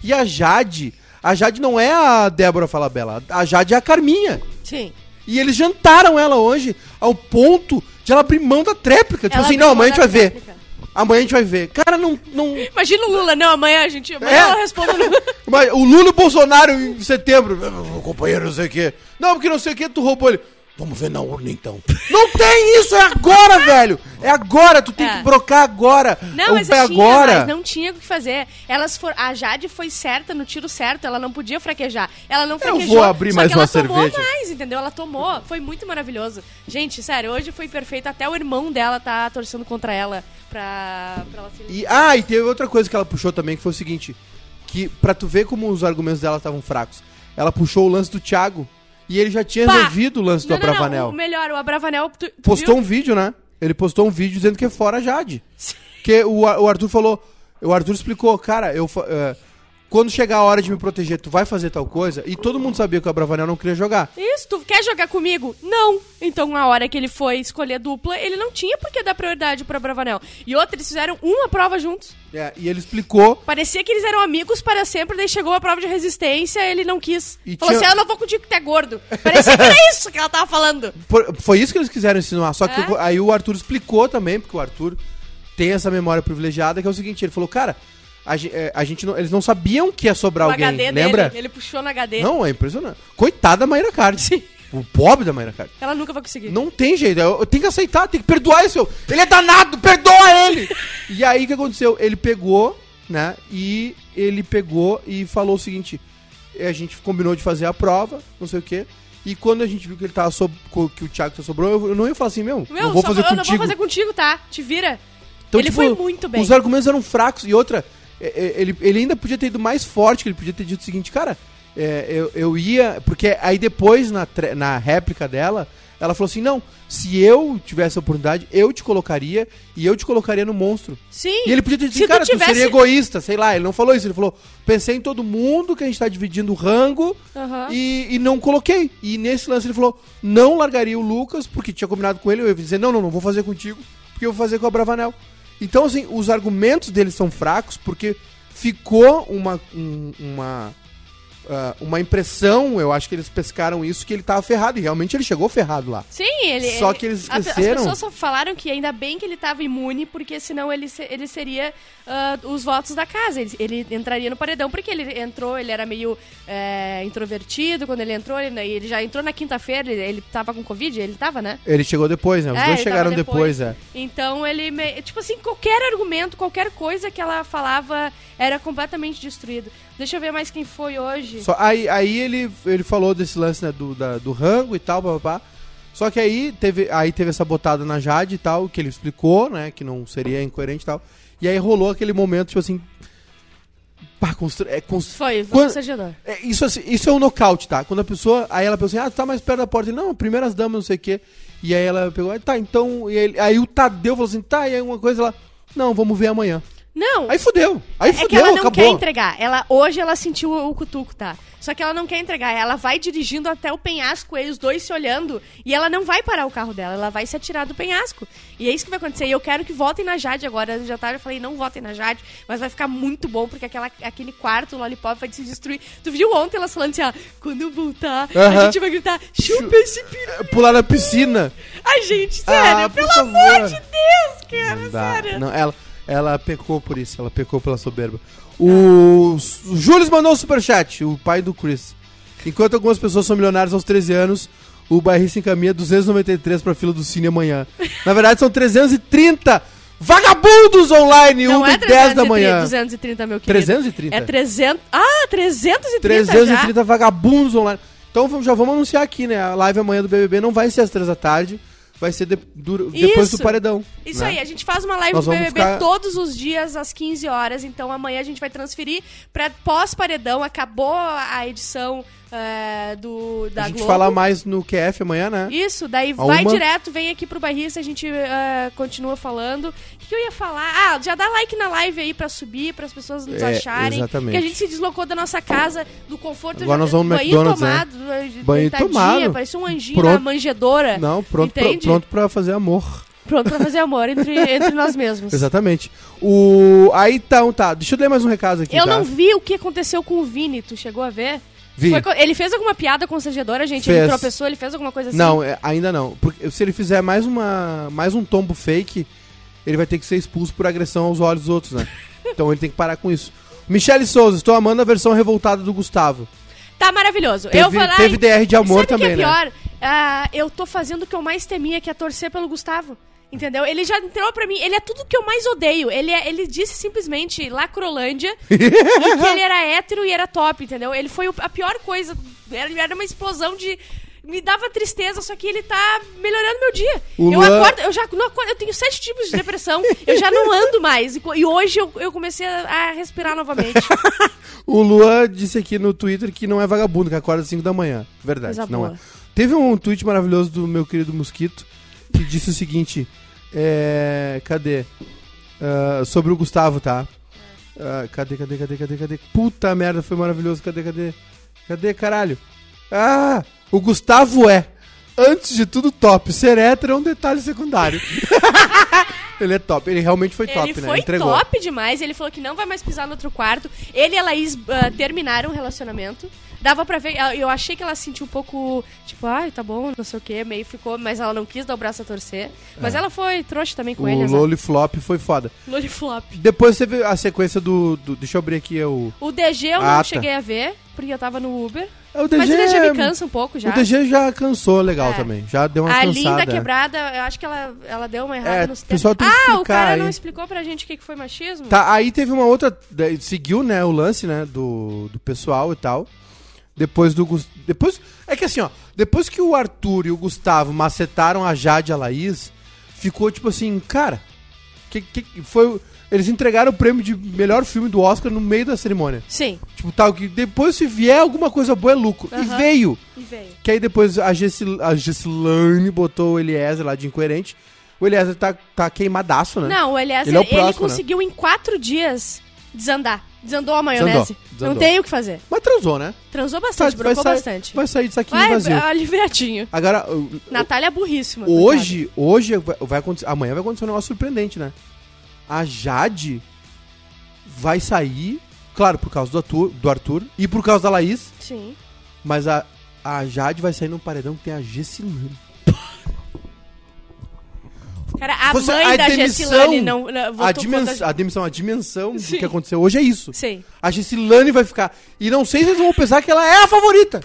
E a Jade, a Jade não é a Débora Falabella, a Jade é a Carminha. Sim. E eles jantaram ela hoje ao ponto de ela abrir mão da tréplica. Tipo Ela assim, abriu não, amanhã a gente mão vai da ver. tréplica. Amanhã a gente vai ver. Cara, não. não... Imagina o Lula, não, amanhã a gente. Amanhã É. ela responde. no- Mas o Lula e o Bolsonaro em setembro. "Ah, Companheiro, não sei o quê. Não, porque não sei o quê, tu roubou ele. Vamos ver na urna então. Não tem isso, é agora, velho! É agora, tu tem É. que brocar agora. Não, mas é tinha, agora. mas não tinha o que fazer. Elas for... A Jade foi certa no tiro certo, ela não podia fraquejar. Ela não fraquejou. vou abrir só mais que ela uma tomou cerveja. mais, entendeu? Ela tomou, foi muito maravilhoso. Gente, sério, hoje foi perfeito. Até o irmão dela tá torcendo contra ela pra, pra ela se E, ah, e teve outra coisa que ela puxou também, que foi o seguinte: que pra tu ver como os argumentos dela estavam fracos, ela puxou o lance do Thiago e ele já tinha Pá! resolvido o lance do Não, não, Abravanel. não, o melhor, o Abravanel. Tu, tu Postou viu? um vídeo, né? Ele postou um vídeo dizendo que é fora a Jade. Que o, Ar- o Arthur falou. O Arthur explicou, cara, eu. fa- é, quando chegar a hora de me proteger, tu vai fazer tal coisa. E todo mundo sabia que o Abravanel não queria jogar. Isso, tu quer jogar comigo? Não. Então, na hora que ele foi escolher a dupla, ele não tinha por que dar prioridade pro Abravanel. E outra, eles fizeram uma prova juntos. É, e ele explicou. Parecia que eles eram amigos para sempre, daí chegou a prova de resistência, ele não quis. E Falou tinha- assim, eu não vou contigo que tu é gordo. Parecia que era isso que ela tava falando. por- foi isso que eles quiseram insinuar. Só que É? o- aí o Arthur explicou também, porque o Arthur tem essa memória privilegiada, que é o seguinte: ele falou, cara, a, ge- é, a gente não- eles não sabiam que ia sobrar O alguém. HD lembra? dele, ele puxou no HD. Não, é impressionante. Coitada da Mayra Card. O pobre da Mayra Card. Ela nunca vai conseguir. Não tem jeito, eu, eu tenho que aceitar, tem que perdoar esse. Ele é danado, perdoa ele! e aí o que aconteceu? Ele pegou, né? E ele pegou e falou o seguinte: "É, a gente combinou de fazer a prova, não sei o quê. E quando a gente viu que ele tava sob, co- que o Thiago só sobrou, eu, eu não ia falar assim, meu, Meu, não vou só- fazer eu não vou contigo. fazer contigo, tá? Te vira. Então, ele tipo, foi muito bem. Os argumentos eram fracos. E outra, é, é, ele, ele ainda podia ter ido mais forte, que ele podia ter dito o seguinte, cara, é, eu, eu ia. Porque aí depois, na, tre- na réplica dela, ela falou assim: não, se eu tivesse a oportunidade, eu te colocaria e eu te colocaria no monstro. Sim. E ele podia ter Se dito, tu cara, tu tivesse- seria egoísta, sei lá, ele não falou isso, ele falou, pensei em todo mundo que a gente tá dividindo o rango Aham. e, e não coloquei. E nesse lance ele falou, não largaria o Lucas, porque tinha combinado com ele, eu ia dizer, não, não, não vou fazer contigo, porque eu vou fazer com a Bravanel. Então, assim, os argumentos dele são fracos, porque ficou uma, um- uma, ah, uma impressão, eu acho que eles pescaram isso, que ele tava ferrado, e realmente ele chegou ferrado lá. Sim, ele. Só ele- que eles a- esqueceram. As pessoas só falaram que ainda bem que ele tava imune, porque senão ele, se- ele seria ah, os votos da casa. Ele, ele entraria no paredão, porque ele entrou, ele era meio eh, introvertido quando ele entrou. Ele, ele já entrou na quinta-feira, ele, ele tava com Covid, ele tava, né? Ele chegou depois, né? Os É, dois ele chegaram tava depois, é. Então ele. me- Tipo assim, qualquer argumento, qualquer coisa que ela falava era completamente destruído. Deixa eu ver mais quem foi hoje. Só- aí aí ele, ele falou desse lance né, do, da- do rango e tal, papapá. Só que aí teve, aí teve essa botada na Jade e tal, que ele explicou, né? Que não seria incoerente e tal. E aí rolou aquele momento, tipo assim. Pá, constru, é, constru, Foi, foi Quan- o Sergidor. é, isso, assim, isso é um nocaute, tá? Quando a pessoa. Aí ela pensa assim, ah, tá mais perto da porta. Ele, não, primeiras damas, não sei o quê. E aí ela pegou, ah, tá, então. e ele- aí o Tadeu falou assim, tá, e aí uma coisa ela. Não, vamos ver amanhã. Não. Aí fudeu. Aí é que fudeu, ela não acabou. quer entregar. Ela, hoje ela sentiu o cutuco, tá? Só que ela não quer entregar. Ela vai dirigindo até o penhasco, eles dois se olhando, e ela não vai parar o carro dela, ela vai se atirar do penhasco. E é isso que vai acontecer. E eu quero que votem na Jade agora. Já tá, eu falei, não votem na Jade, mas vai ficar muito bom, porque aquela, aquele quarto lollipop vai se destruir. Tu viu ontem elas falando assim, ó, quando eu voltar, Aham. a gente vai gritar, chupa esse piru. É, Pular na piscina. Ai, gente, sério, Ah, por pelo favor. amor de Deus, cara, Não dá. É sério. Não, ela, ela pecou por isso, ela pecou pela soberba. O, o Júlio mandou um superchat, o pai do Chris. Enquanto algumas pessoas são milionárias aos 13 anos, o bairrista encaminha 293 pra fila do cine amanhã. Na verdade, são 330 vagabundos online, Não um é de 10 da 330, manhã. 230, meu querido. 330? É 300. Ah, 330 já? 330 vagabundos online. Então vamos- já vamos anunciar aqui, né? A live amanhã do BBB não vai ser às 3 da tarde, vai ser de- dura- depois Isso. do paredão. Isso né? aí, é a gente faz uma live Nós do vamos BBB ficar- todos os dias às 15 horas, então amanhã a gente vai transferir pra pós-paredão, acabou a edição eh, do, da a gente Globo. fala mais no QF amanhã, né? Isso, daí A vai uma. direto, vem aqui pro Barrista, a gente eh, continua falando. O que, que eu ia falar? Ah, já dá like na live aí pra subir, para as pessoas nos É, acharem. exatamente. Que a gente se deslocou da nossa casa, do conforto Agora já- nós vamos no banho McDonald's, né? tomado, eh, Banho deitadinha, tomado. Parecia um anjinho na Pronto. manjedora. Não, pronto pra, Entende? pronto pra fazer amor. Pronto pra fazer amor entre, entre nós mesmos. Exatamente. O. Aí tá, um- tá. Deixa eu ler mais um recado aqui. Eu tá? não vi o que aconteceu com o Vini, tu chegou a ver? Vi. Foi co- ele fez alguma piada com a constrangedora, gente? Ele Fez. tropeçou, ele fez alguma coisa assim? Não, é, ainda não. Porque se ele fizer mais, uma, mais um tombo fake, ele vai ter que ser expulso por agressão aos olhos dos outros, né? então ele tem que parar com isso. Michele Souza, estou amando a versão revoltada do Gustavo. Tá maravilhoso. eu Teve- vou lá teve e- DR de amor Sabe o também, que é né? pior? Ah, eu tô fazendo o que eu mais temia, que é torcer pelo Gustavo. Entendeu? Ele já entrou pra mim, ele é tudo que eu mais odeio. Ele, é- ele disse simplesmente lacrolândia e que ele era hétero e era top, entendeu? Ele foi o- a pior coisa. Era, era uma explosão de. Me dava tristeza, só que ele tá melhorando meu dia. O eu Luan- acordo, eu já não acordo, eu tenho sete tipos de depressão, eu já não ando mais. E, co- e hoje eu, eu comecei a, a respirar novamente. O Luan disse aqui no Twitter que não é vagabundo, que acorda às 5 da manhã. Verdade, Coisa não boa. é. Teve um tweet maravilhoso do meu querido Mosquito que disse o seguinte: é, Cadê? Ah, sobre o Gustavo, tá? Ah, cadê, cadê, cadê, cadê, cadê? Puta merda, foi maravilhoso. Cadê, cadê? Cadê, caralho? Ah! O Gustavo é, antes de tudo, top. Ser hétero é um detalhe secundário. ele é top, ele realmente foi top, ele né? foi Entregou. top demais. Ele falou que não vai mais pisar no outro quarto. Ele e a Laís ah, terminaram o relacionamento. Dava pra ver. ah, Eu achei que ela se sentiu um pouco, tipo, ai, tá bom, não sei o que, meio ficou, mas ela não quis dar o braço a torcer. Mas ela foi trouxa também com ele, É. O azar. Loli Flop foi foda. Loliflop. Depois teve a sequência do. do- deixa eu abrir aqui é o. O DG eu Ah, não tá. cheguei a ver, porque eu tava no Uber. é o mas o DG é- me cansa um pouco já. O DG já cansou legal É. também. Já deu uma A cansada. linda quebrada, eu acho que ela, ela deu uma errada É, nos o pessoal tem que Ah, o explicar cara aí. não explicou pra gente o que que foi machismo? Tá, aí teve uma outra. daí Seguiu, né, o lance, né, do, do pessoal e tal. Depois do. Gus- Depois. É que assim, ó. Depois que o Arthur e o Gustavo macetaram a Jade e a Laís, ficou tipo assim, cara. Que, que foi. o- Eles entregaram o prêmio de melhor filme do Oscar no meio da cerimônia. Sim. Tipo, tal, que depois se vier alguma coisa boa é lucro. E Aham. veio. E veio. Que aí depois a, Gessil, a Gessilane botou o Eliezer lá de incoerente. O Eliezer tá, tá queimadaço, né? Não, o Eliezer, Ele ele, é o próximo, né? conseguiu em quatro dias desandar. Desandou a maionese. Desandou, desandou. Não tem o que fazer. Mas transou, né? Transou bastante, vai, brocou sair, bastante. vai sair disso aqui Vai, vazio. ah, livretinho. Agora, o- o- Natália é burríssima. hoje, hoje vai vai acontecer. Amanhã vai acontecer um negócio surpreendente, né? A Jade vai sair, claro, por causa do Arthur, do Arthur e por causa da Laís, coitada. Sim. mas a, a Jade vai sair num paredão que tem a Gessilane. Cara, a Você- mãe a da demissão- Gessilane não, não votou A, contra- dimens, a dimensão, a dimensão do Sim. que aconteceu hoje é isso. Sim. A Gessilane vai ficar. E não sei se eles vão pensar que ela é a favorita.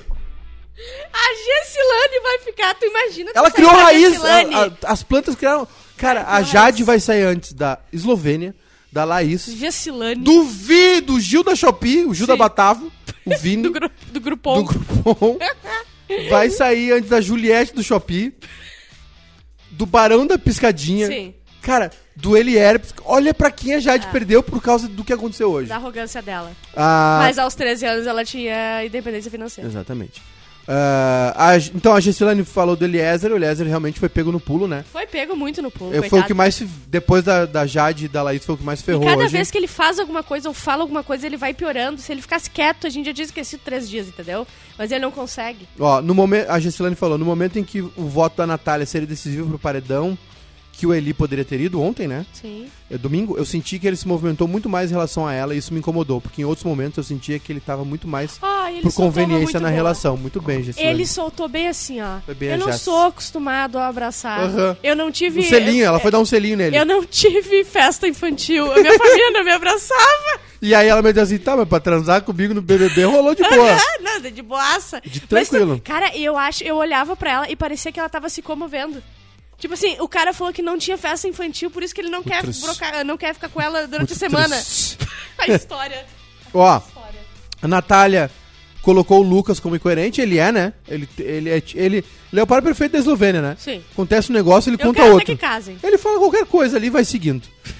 A Gessilane vai ficar, tu imagina. tu Ela sair criou com a raiz. Gessilane. a- a- as plantas criaram. Cara, é a Jade vai sair antes da Eslovênia, da Laís. Gessilane Duvido, o Gil da Shopee, o Gil da Batavo, o Vini do, do, grupo do Grupom. Groupon. Vai sair antes da Juliette do Shopee, do Barão da Piscadinha. Sim. É. Cara, do Elier. Olha pra quem a Jade perdeu por causa do que aconteceu hoje. Da arrogância dela. Ah, Mas aos 13 anos ela tinha independência financeira. Exatamente. Ah, a- então a Gessilane falou do Eliezer, o Eliezer realmente foi pego no pulo, né? Foi pego muito no pulo, Eu- foi o que mais. se- Depois da, da Jade e da Laís, foi o que mais ferrou E cada hoje. vez que ele faz alguma coisa ou fala alguma coisa, ele vai piorando. Se ele ficasse quieto, a gente já tinha esquecido três dias, entendeu? Mas ele não consegue. Ó, no momento, a Gessilane falou, no momento em que o voto da Natália seria decisivo pro paredão, que o Eli poderia ter ido ontem, né? Sim. Eu- domingo, eu senti que ele se movimentou muito mais em relação a ela e isso me incomodou, porque em outros momentos eu sentia que ele tava muito mais Ah, ele por soltou uma conveniência muito na boa. relação. Muito bem, Gessilane. Ele soltou bem assim, ó. Foi bem eu a não Jess. sou acostumado a abraçar. Aham. Eu não tive. Um selinho, eu, ela foi dar um selinho nele. é, eu não tive festa infantil. A minha família não me abraçava. E aí ela me disse assim, tá, mas pra transar comigo no BBB rolou de boa. Ah, Nada, de boaça. De Mas tu- tranquilo. cara, eu acho, eu olhava pra ela e parecia que ela tava se comovendo. Tipo assim, o cara falou que não tinha festa infantil, por isso que ele não, quer, Putz. brocar- não quer ficar com ela durante a Putz. semana. A história. Ó, história. a Natália colocou o Lucas como incoerente, ele é, né? Ele, ele, é, ele, ele é o par perfeito da Eslovênia, né? Sim. Acontece um negócio, ele Eu conta quero outro. até que casem. Ele fala qualquer coisa ali e vai seguindo.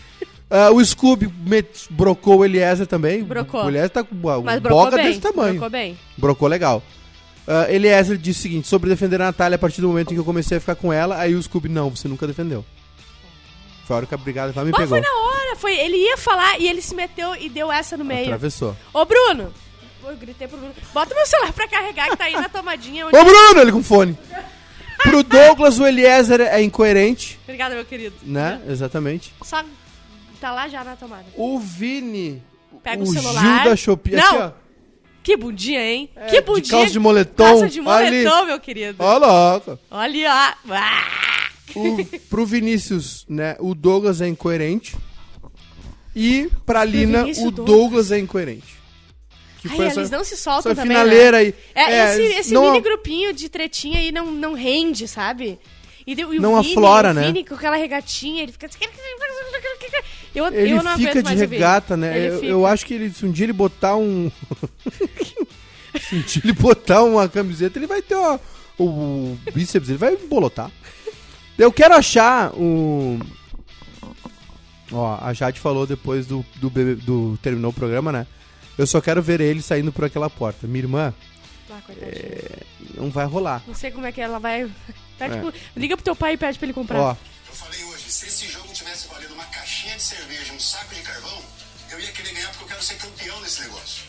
Ah, o Scooby met- brocou o Eliezer também. Brocou. O Eliezer tá com uma Mas uma brocou boga bem. desse tamanho. Brocou bem. Brocou legal. Ah, Eliezer disse o seguinte: sobre defender a Natália a partir do momento em que eu comecei a ficar com ela, aí o Scooby, não, você nunca defendeu. Foi a hora que a brigada lá me Mas pegou. foi na hora, foi, ele ia falar e ele se meteu e deu essa no meio. Atravessou. Ô, Bruno! Eu gritei pro Bruno. Bota meu celular pra carregar que tá aí na tomadinha. Onde... Ô Bruno, ele com fone. Pro Douglas, o Eliezer é incoerente, Obrigada, meu querido. né? Exatamente. Só tá lá já na tomada. O Vini. Pega o o celular. Gil da Shopee. Não. Aqui, Que bundinha, hein? que bundinha. calça de moletom. É, Calça de moletom, Olha ali. meu querido. ó. Ó, louco. Olha lá. Ah! O, pro Vinícius, né? O Douglas é incoerente. E pra Lina, Vinícius o Douglas. Douglas. é incoerente. Que Ai, é, eles não se soltam essa também, finaleira né? aí. É, esse, esse não- mini grupinho de tretinha aí não, não rende, sabe? E, deu- e Não o Vini, aflora, o né? Vini com aquela regatinha, ele fica... assim, Eu, Ele eu não fica aguento de mais o Vini. regata, né? Ele Eu, fica. eu acho que ele, se um dia ele botar um. se um dia ele botar uma camiseta, ele vai ter ó, o, o bíceps, ele vai bolotar. Eu quero achar um. Ó, a Jade falou depois do, do, bebê- do- terminou o programa, né? Eu só quero ver ele saindo por aquela porta. Minha irmã, Ah, coitadinho. não vai rolar. Não sei como é que ela vai. Pede pro- Liga pro teu pai e pede pra ele comprar. É. Ó, Eu falei hoje, se esse jogo tivesse valendo uma caixinha de cerveja, e um saco de carvão, eu ia querer ganhar porque eu quero ser campeão desse negócio.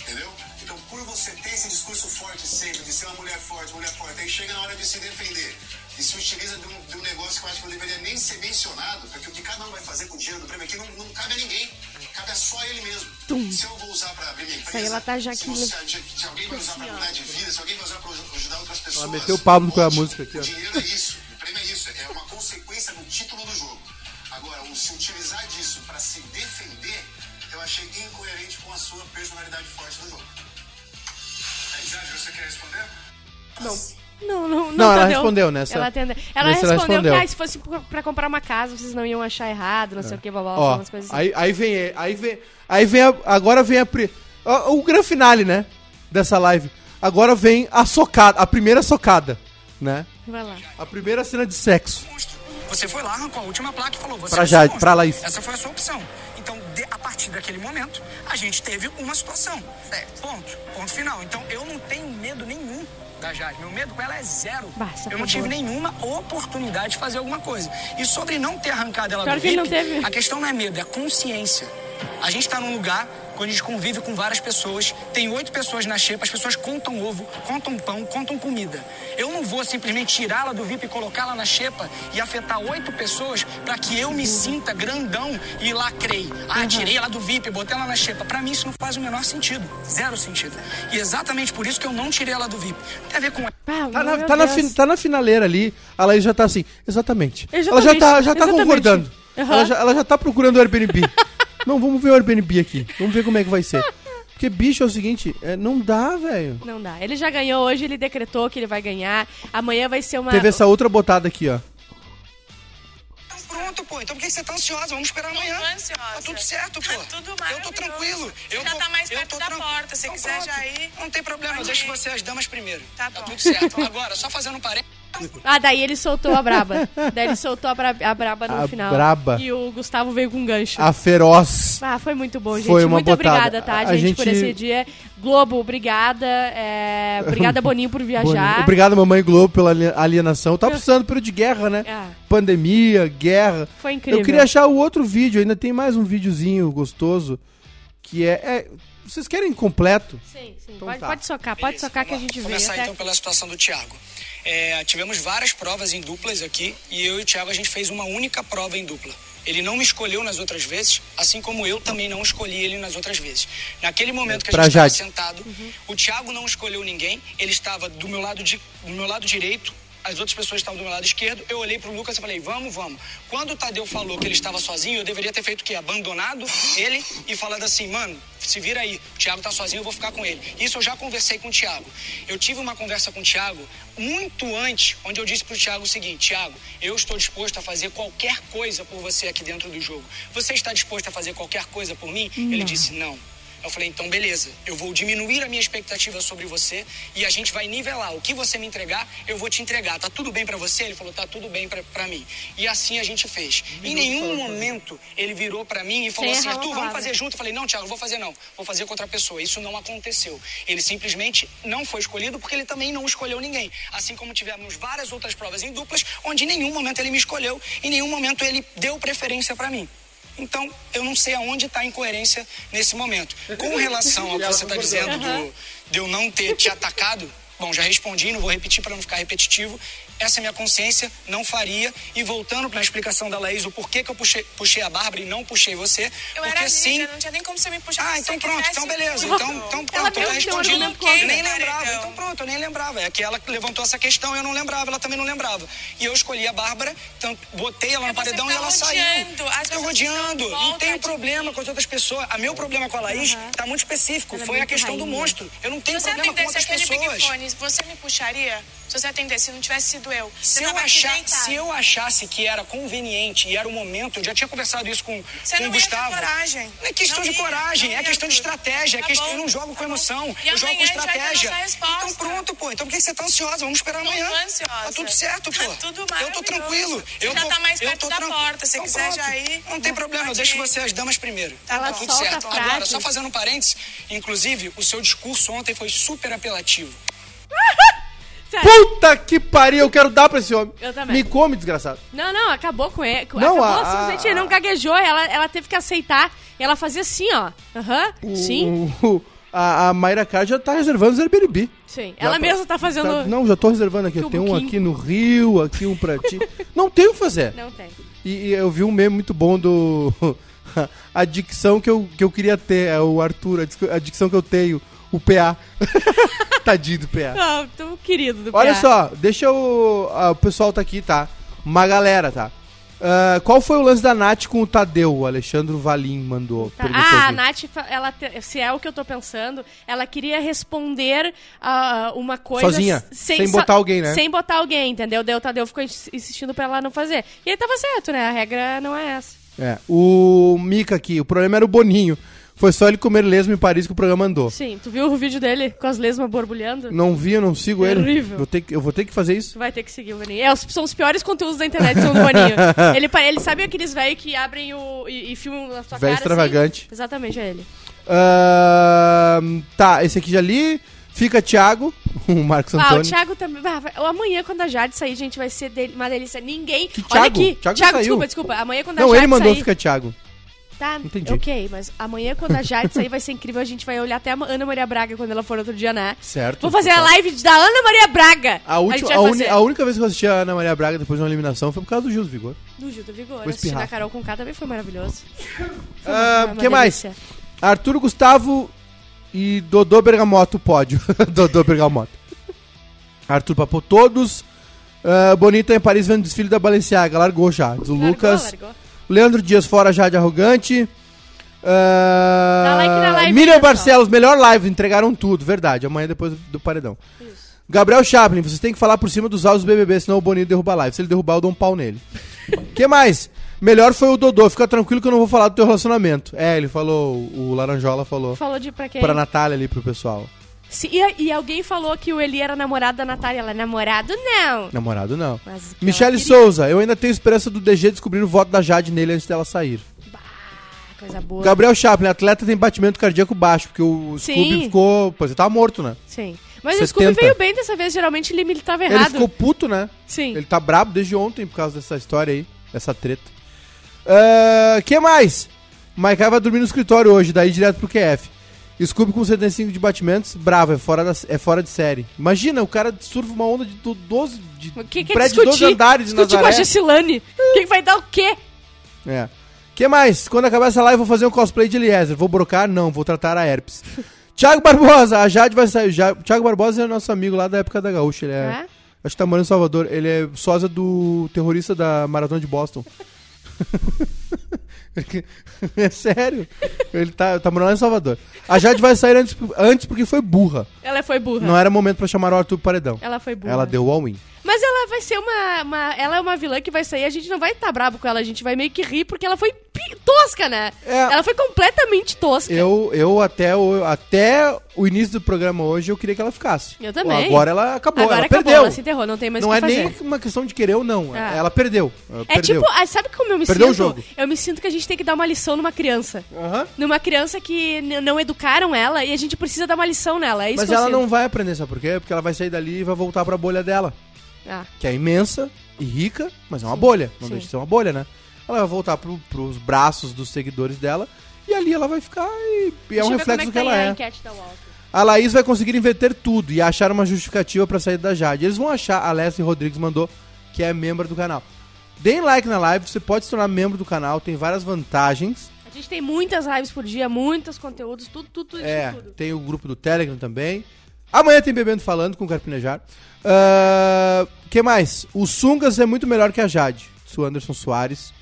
Entendeu? Então, por você ter esse discurso forte sempre, de ser uma mulher forte, mulher forte, aí chega na hora de se defender e se utiliza de um, de um negócio que eu acho que não deveria nem ser mencionado, porque o que cada um vai fazer com o dinheiro do prêmio aqui não, não cabe a ninguém, cabe a só ele mesmo. Se eu vou usar pra abrir minha empresa, aí ela tá já se, aqui, você- se alguém vai usar pra mudar de vida, se alguém vai usar pra ajudar outras pessoas. meteu o Pablo com a ótimo. música aqui, ó. O dinheiro é isso, o prêmio é isso, é uma consequência do título do jogo. Agora, o se utilizar disso para se defender, eu achei incoerente com a sua personalidade forte do jogo. Aí, Jade, você quer responder? Assim. Não. Não, não, não, ela Tadeu. respondeu, né, essa- Ela, atende... ela nessa ela respondeu, respondeu. que ah, se fosse pra pra comprar uma casa, vocês não iam achar errado, não sei o que, blá blá blá, É. ó. umas coisas assim. Aí, aí vem, ele, aí vem, aí vem a- agora vem a pri- ó, o grande finale, né? Dessa live. Agora vem a socada, a primeira socada, né? Vai lá. A primeira cena de sexo. Você foi lá, arrancou a última placa e falou: você Pra é Jade, monstro. pra Laís. Essa foi a sua opção. Então, de- a partir daquele momento, a gente teve uma situação. Certo. Ponto. Ponto final. Então, eu não tenho medo nenhum da Jade. Meu medo com ela é zero. Basta, eu acabou. não tive nenhuma oportunidade de fazer alguma coisa. E sobre não ter arrancado ela Claro do que ele não VIP, teve. a questão não é medo, é consciência. A gente tá num lugar onde a gente convive com várias pessoas, tem oito pessoas na xepa, as pessoas contam ovo, contam pão, contam comida. Eu não vou simplesmente tirá-la do VIP e colocá-la na xepa e afetar oito pessoas pra que eu me sinta grandão e lacrei. Ah, tirei ela do VIP, botei ela na xepa. Pra mim isso não faz o menor sentido, zero sentido. E exatamente por isso que eu não tirei ela do VIP. Tem a ver com Ah, Tá na, meu tá, na Deus. fin- tá na finaleira ali, a Laís já tá assim, exatamente. Ela já Exatamente, tá, já tá exatamente. concordando. Aham. Ela, já, ela já tá procurando o Airbnb. não, vamos ver o Airbnb aqui. Vamos ver como é que vai ser. Porque, bicho, é o seguinte, é, não dá, velho. Não dá. Ele já ganhou hoje, ele decretou que ele vai ganhar. Amanhã vai ser uma. Teve essa outra botada aqui, ó. Então pronto, pô. Então por que que você tá ansiosa? Vamos esperar amanhã. tô ansiosa. Tá tudo certo, pô. Tá tudo Eu tô maravilhoso. tranquilo. Você eu já tô, tá mais eu perto tô da tranquilo. porta, se quiser já ir. Não tem problema, Pode deixa ir. você as damas primeiro. Tá tá bom. tudo certo. Agora, só fazendo um parênteses. Ah, daí ele soltou a braba. daí ele soltou a, bra- a braba no A final. braba. E o Gustavo veio com um gancho. A feroz. Ah, foi muito bom, gente. Foi uma muito botada. obrigada, tá, A gente, gente- por esse dia. Globo, obrigada. É, Obrigada, Boninho, por viajar. Bonito. Obrigado, Mamãe Globo, pela ali- alienação. Tá precisando do período de guerra, né? Ah, Pandemia, guerra. foi incrível. Eu queria achar o outro vídeo, ainda tem mais um videozinho gostoso. Que é. é- vocês querem completo? Sim, sim. pode, tá. pode socar, pode Beleza, socar que a vamos lá. gente vê. né? Começar até então pela situação do Thiago. É, tivemos várias provas em duplas aqui e eu e o Thiago a gente fez uma única prova em dupla. Ele não me escolheu nas outras vezes, assim como eu também não escolhi ele nas outras vezes. Naquele momento que a Pra gente estava Jade. sentado, o Thiago não escolheu ninguém, ele estava do meu lado, di- do meu lado direito, as outras pessoas estavam do meu lado esquerdo. Eu olhei pro Lucas e falei, vamos, vamos. Quando o Tadeu falou que ele estava sozinho, eu deveria ter feito o quê? Abandonado ele e falado assim, mano, se vira aí, o Thiago tá sozinho, eu vou ficar com ele. Isso eu já conversei com o Thiago. Eu tive uma conversa com o Thiago muito antes, onde eu disse pro Thiago o seguinte: Thiago, eu estou disposto a fazer qualquer coisa por você aqui dentro do jogo. Você está disposto a fazer qualquer coisa por mim? Ele disse não. Eu falei, então beleza, eu vou diminuir a minha expectativa sobre você e a gente vai nivelar. O que você me entregar, eu vou te entregar. Tá tudo bem pra você? Ele falou, tá tudo bem pra pra mim. E assim a gente fez. Em nenhum momento ele virou pra mim e falou Sem assim, errar uma Arthur, vamos palavra. fazer junto? Eu falei, não, Thiago, vou fazer não. Vou fazer com outra pessoa. Isso não aconteceu. Ele simplesmente não foi escolhido porque ele também não escolheu ninguém. Assim como tivemos várias outras provas em duplas, onde em nenhum momento ele me escolheu, em nenhum momento ele deu preferência pra mim. Então, eu não sei aonde está a incoerência nesse momento. Com relação ao que você está dizendo do, de eu não ter te atacado, bom, já respondi, não vou repetir para não ficar repetitivo. Essa é minha consciência, não faria. E voltando para a explicação da Laís, o porquê que eu puxei, puxei a Bárbara e não puxei você, Eu porque era amiga, sim. não tinha nem como você me puxar. assim. Ah, se então você pronto, quisesse, então beleza. eu- Então, então Ela pronto, tá mesmo tem respondido. orgulho um Eu no corpo, nem cara, lembrava. então. Então pronto, eu nem lembrava. É que ela levantou essa questão, eu não lembrava, ela também não lembrava. E eu escolhi a Bárbara, então botei ela no É você paredão e ficar ela rodeando. saiu. As Fica pessoas rodeando. estão em Não volta tenho de problema com as outras pessoas. A meu problema com a Laís tá muito específico. Ela é Foi a muito questão do rainha. monstro. Eu não tenho Se você problema com atendesse outras aquele Big pessoas. Fone, você me puxaria? Se você atendesse, não tivesse sido eu. Se você eu, tava aqui né, achar, deitado. se eu achasse que era conveniente e era o momento, eu já tinha conversado isso com, Você com não o ia ter Gustavo. coragem. Não é questão Não de ia, coragem, não é ia, questão de Arthur. estratégia. é Tá questão, eu bom, não jogo tá com bom. emoção, E eu jogo com amanhã a gente vai ter estratégia. nossa resposta. Então pronto, pô. Então por que que você tá ansiosa? Vamos esperar Não amanhã. tô ansiosa. Tá tudo certo, pô. Tá tudo Eu tô maravilhoso. tranquilo. Você Eu já tô, tá mais eu perto tô da tranquilo. porta, se Então quiser pode. já ir, Não tem pode problema, eu ir. deixo você as damas primeiro. Ela tá tudo solta certo. frases. Agora, só fazendo um parênteses, inclusive, o seu discurso ontem foi super apelativo. Puta que pariu, eu quero dar pra esse homem. É. Eu também. Me come, desgraçado. Não, não, acabou com ele. Não, acabou, a- simplesmente ele não gaguejou, ela, ela teve que aceitar. E ela fazia assim, ó. Aham, sim, O- o- a, a Mayra Card já tá reservando o Zerberibi. sim. Já Ela tô- mesma tá fazendo. Tá- não, já tô reservando aqui. Eu Tubo tenho um King. aqui no Rio, aqui um pra ti. não tem o que fazer. Não tem. E, e eu vi um meme muito bom do. a dicção que eu, que eu queria ter, é o Arthur, a dic- a dicção que eu tenho, o PA. Tadinho do PA. Não, tu querido do Olha PA. só, deixa eu. ah, o pessoal tá aqui, tá? Uma galera, tá? Ah, qual foi o lance da Nath com o Tadeu? O Alexandre Valim mandou. Tá. perguntou Ah, a aqui. Nath, fa- ela te- se é o que eu tô pensando, ela queria responder ah, uma coisa. Sozinha, s- sem só- botar alguém, né? Sem botar alguém, entendeu? Daí o Tadeu ficou ins- insistindo pra ela não fazer. E ele tava certo, né? A regra não é essa. É, o Mika aqui, o problema era o Boninho. Foi só ele comer lesma em Paris que o programa andou. Sim, tu viu o vídeo dele com as lesmas borbulhando? Não vi, eu não sigo ele. Terrível. Vou ter que- eu vou ter que fazer isso. Tu vai ter que seguir o Boninho. É, os- são os piores conteúdos da internet, são do Boninho. ele, pa- ele sabe aqueles velhos que abrem o, e, e filmam na sua Velho cara. assim? extravagante. Exatamente, é ele. Ahn, tá, esse aqui já li. Fica Thiago, o Marcos Ah, o Antônio. Thiago também. Ah, vai- amanhã, quando a Jade sair, gente, vai ser deli- uma delícia. Ninguém. Que Olha Thiago? aqui. Thiago saiu. desculpa, desculpa. Amanhã, quando a não, Jade ele mandou sair. Fica Thiago. Tá, Entendi. ok, mas amanhã, quando a Jade sair, vai ser incrível. A gente vai olhar até a Ma- Ana Maria Braga quando ela for outro dia, né? Certo. Vou fazer a live da Ana Maria Braga. A, última- gente a vai uni- fazer. a única vez que eu assisti a Ana Maria Braga depois de uma eliminação foi por causa do Gil do Vigor. Do Gil do Vigor. Vou Assistindo espirrar. a Carol Conká também foi maravilhoso. Ah, Uma que mais? delícia. Arthur Gustavo e Dodô Bergamoto, pódio. Dodô Bergamoto. Arthur papou todos. Ah, Bonita em Paris vendo desfile da Balenciaga. Largou já. Do Largou, Lucas. largou. Leandro Dias fora já de arrogante. Ah, Dá like na live, Miriam pessoal. Barcelos, melhor live, entregaram tudo, verdade. Amanhã depois do paredão. Gabriel Chaplin, vocês têm que falar por cima dos áudios do BBB, senão o Boninho derruba a live. Se ele derrubar, eu dou um pau nele. que mais? Melhor foi o Dodô, fica tranquilo que eu não vou falar do teu relacionamento. É, ele falou, o Laranjola falou Falou de pra quem? pra Natália ali pro pessoal. Se- e, e alguém falou que o Eli era namorado da Natália. Ela, é namorado não. Namorado não. Mas o que Michele ela queria- Souza, eu ainda tenho esperança do DG descobrir o voto da Jade nele antes dela sair. Ah, Coisa boa. Gabriel Chaplin, atleta tem batimento cardíaco baixo, porque o Scooby Sim. ficou. Pois ele tava morto, né? Sim. Mas 70. o Scooby veio bem dessa vez. Geralmente ele militava Ele errado. ficou puto, né? Sim. Ele tá brabo desde ontem por causa dessa história aí, dessa treta. Ah, que mais? Maikai vai dormir no escritório hoje, daí direto pro QF. Scooby com 75 de batimentos, bravo, é fora, da- é fora de série. Imagina, o cara surfa uma onda de do- 12 de O que, que um é prédio de 12 discutir? andares de discutir com a Nazaré. Gessilane. Quem vai dar o quê? É. Que mais? Quando acabar essa live, vou fazer um cosplay de Eliezer. Vou brocar? Não, vou tratar a herpes. Tiago Barbosa, a Jade vai sair. Ja... Tiago Barbosa é nosso amigo lá da época da Gaúcha. Ele é. É? Acho que tá morando em Salvador. Ele é sósia do terrorista da Maratona de Boston. é sério? Ele tá, tá morando lá em Salvador. A Jade vai sair antes, antes porque foi burra. Ela foi burra. Não é? era momento pra chamar o Arthur pro Paredão. Ela foi burra. Ela deu o all-in. Mas ela vai ser uma, uma- Ela é uma vilã que vai sair. A gente não vai estar tá brabo com ela. A gente vai meio que rir porque ela foi pi- tosca, né? É. Ela foi completamente tosca. Eu, eu até, o, até o início do programa hoje, eu queria que ela ficasse. Eu também. Agora ela acabou, Agora ela acabou, perdeu. ela se enterrou, não tem mais não o que é fazer. nem uma questão de querer ou não. Ah. Ela perdeu. Ela É perdeu. tipo, ah, sabe como eu me Perdeu o sinto? jogo. Eu me sinto que a gente tem que dar uma lição numa criança. Aham. Numa criança que n- não educaram ela e a gente precisa dar uma lição nela. É isso Mas que eu ela sinto. não vai aprender, sabe por quê? Porque ela vai sair dali e vai voltar pra bolha dela. Ah, Que é imensa e rica, mas é uma bolha. Não sim. deixa de ser uma bolha, né? Ela vai voltar pro, pros braços dos seguidores dela e ali ela vai ficar e, e é deixa um eu ver reflexo do como que é ela tá aí é. A enquete da Walter. A Laís vai conseguir inverter tudo e achar uma justificativa pra sair da Jade. Eles vão achar, a Leslie Rodrigues mandou, que é membro do canal. Deem like na live, você pode se tornar membro do canal, tem várias vantagens. A gente tem muitas lives por dia, muitos conteúdos, tudo, tudo, tudo, É, tudo. tem o grupo do Telegram também. Amanhã tem Bebendo Falando com o Carpinejar. O que mais? O Sungas é muito melhor que a Jade, disse o Anderson Soares.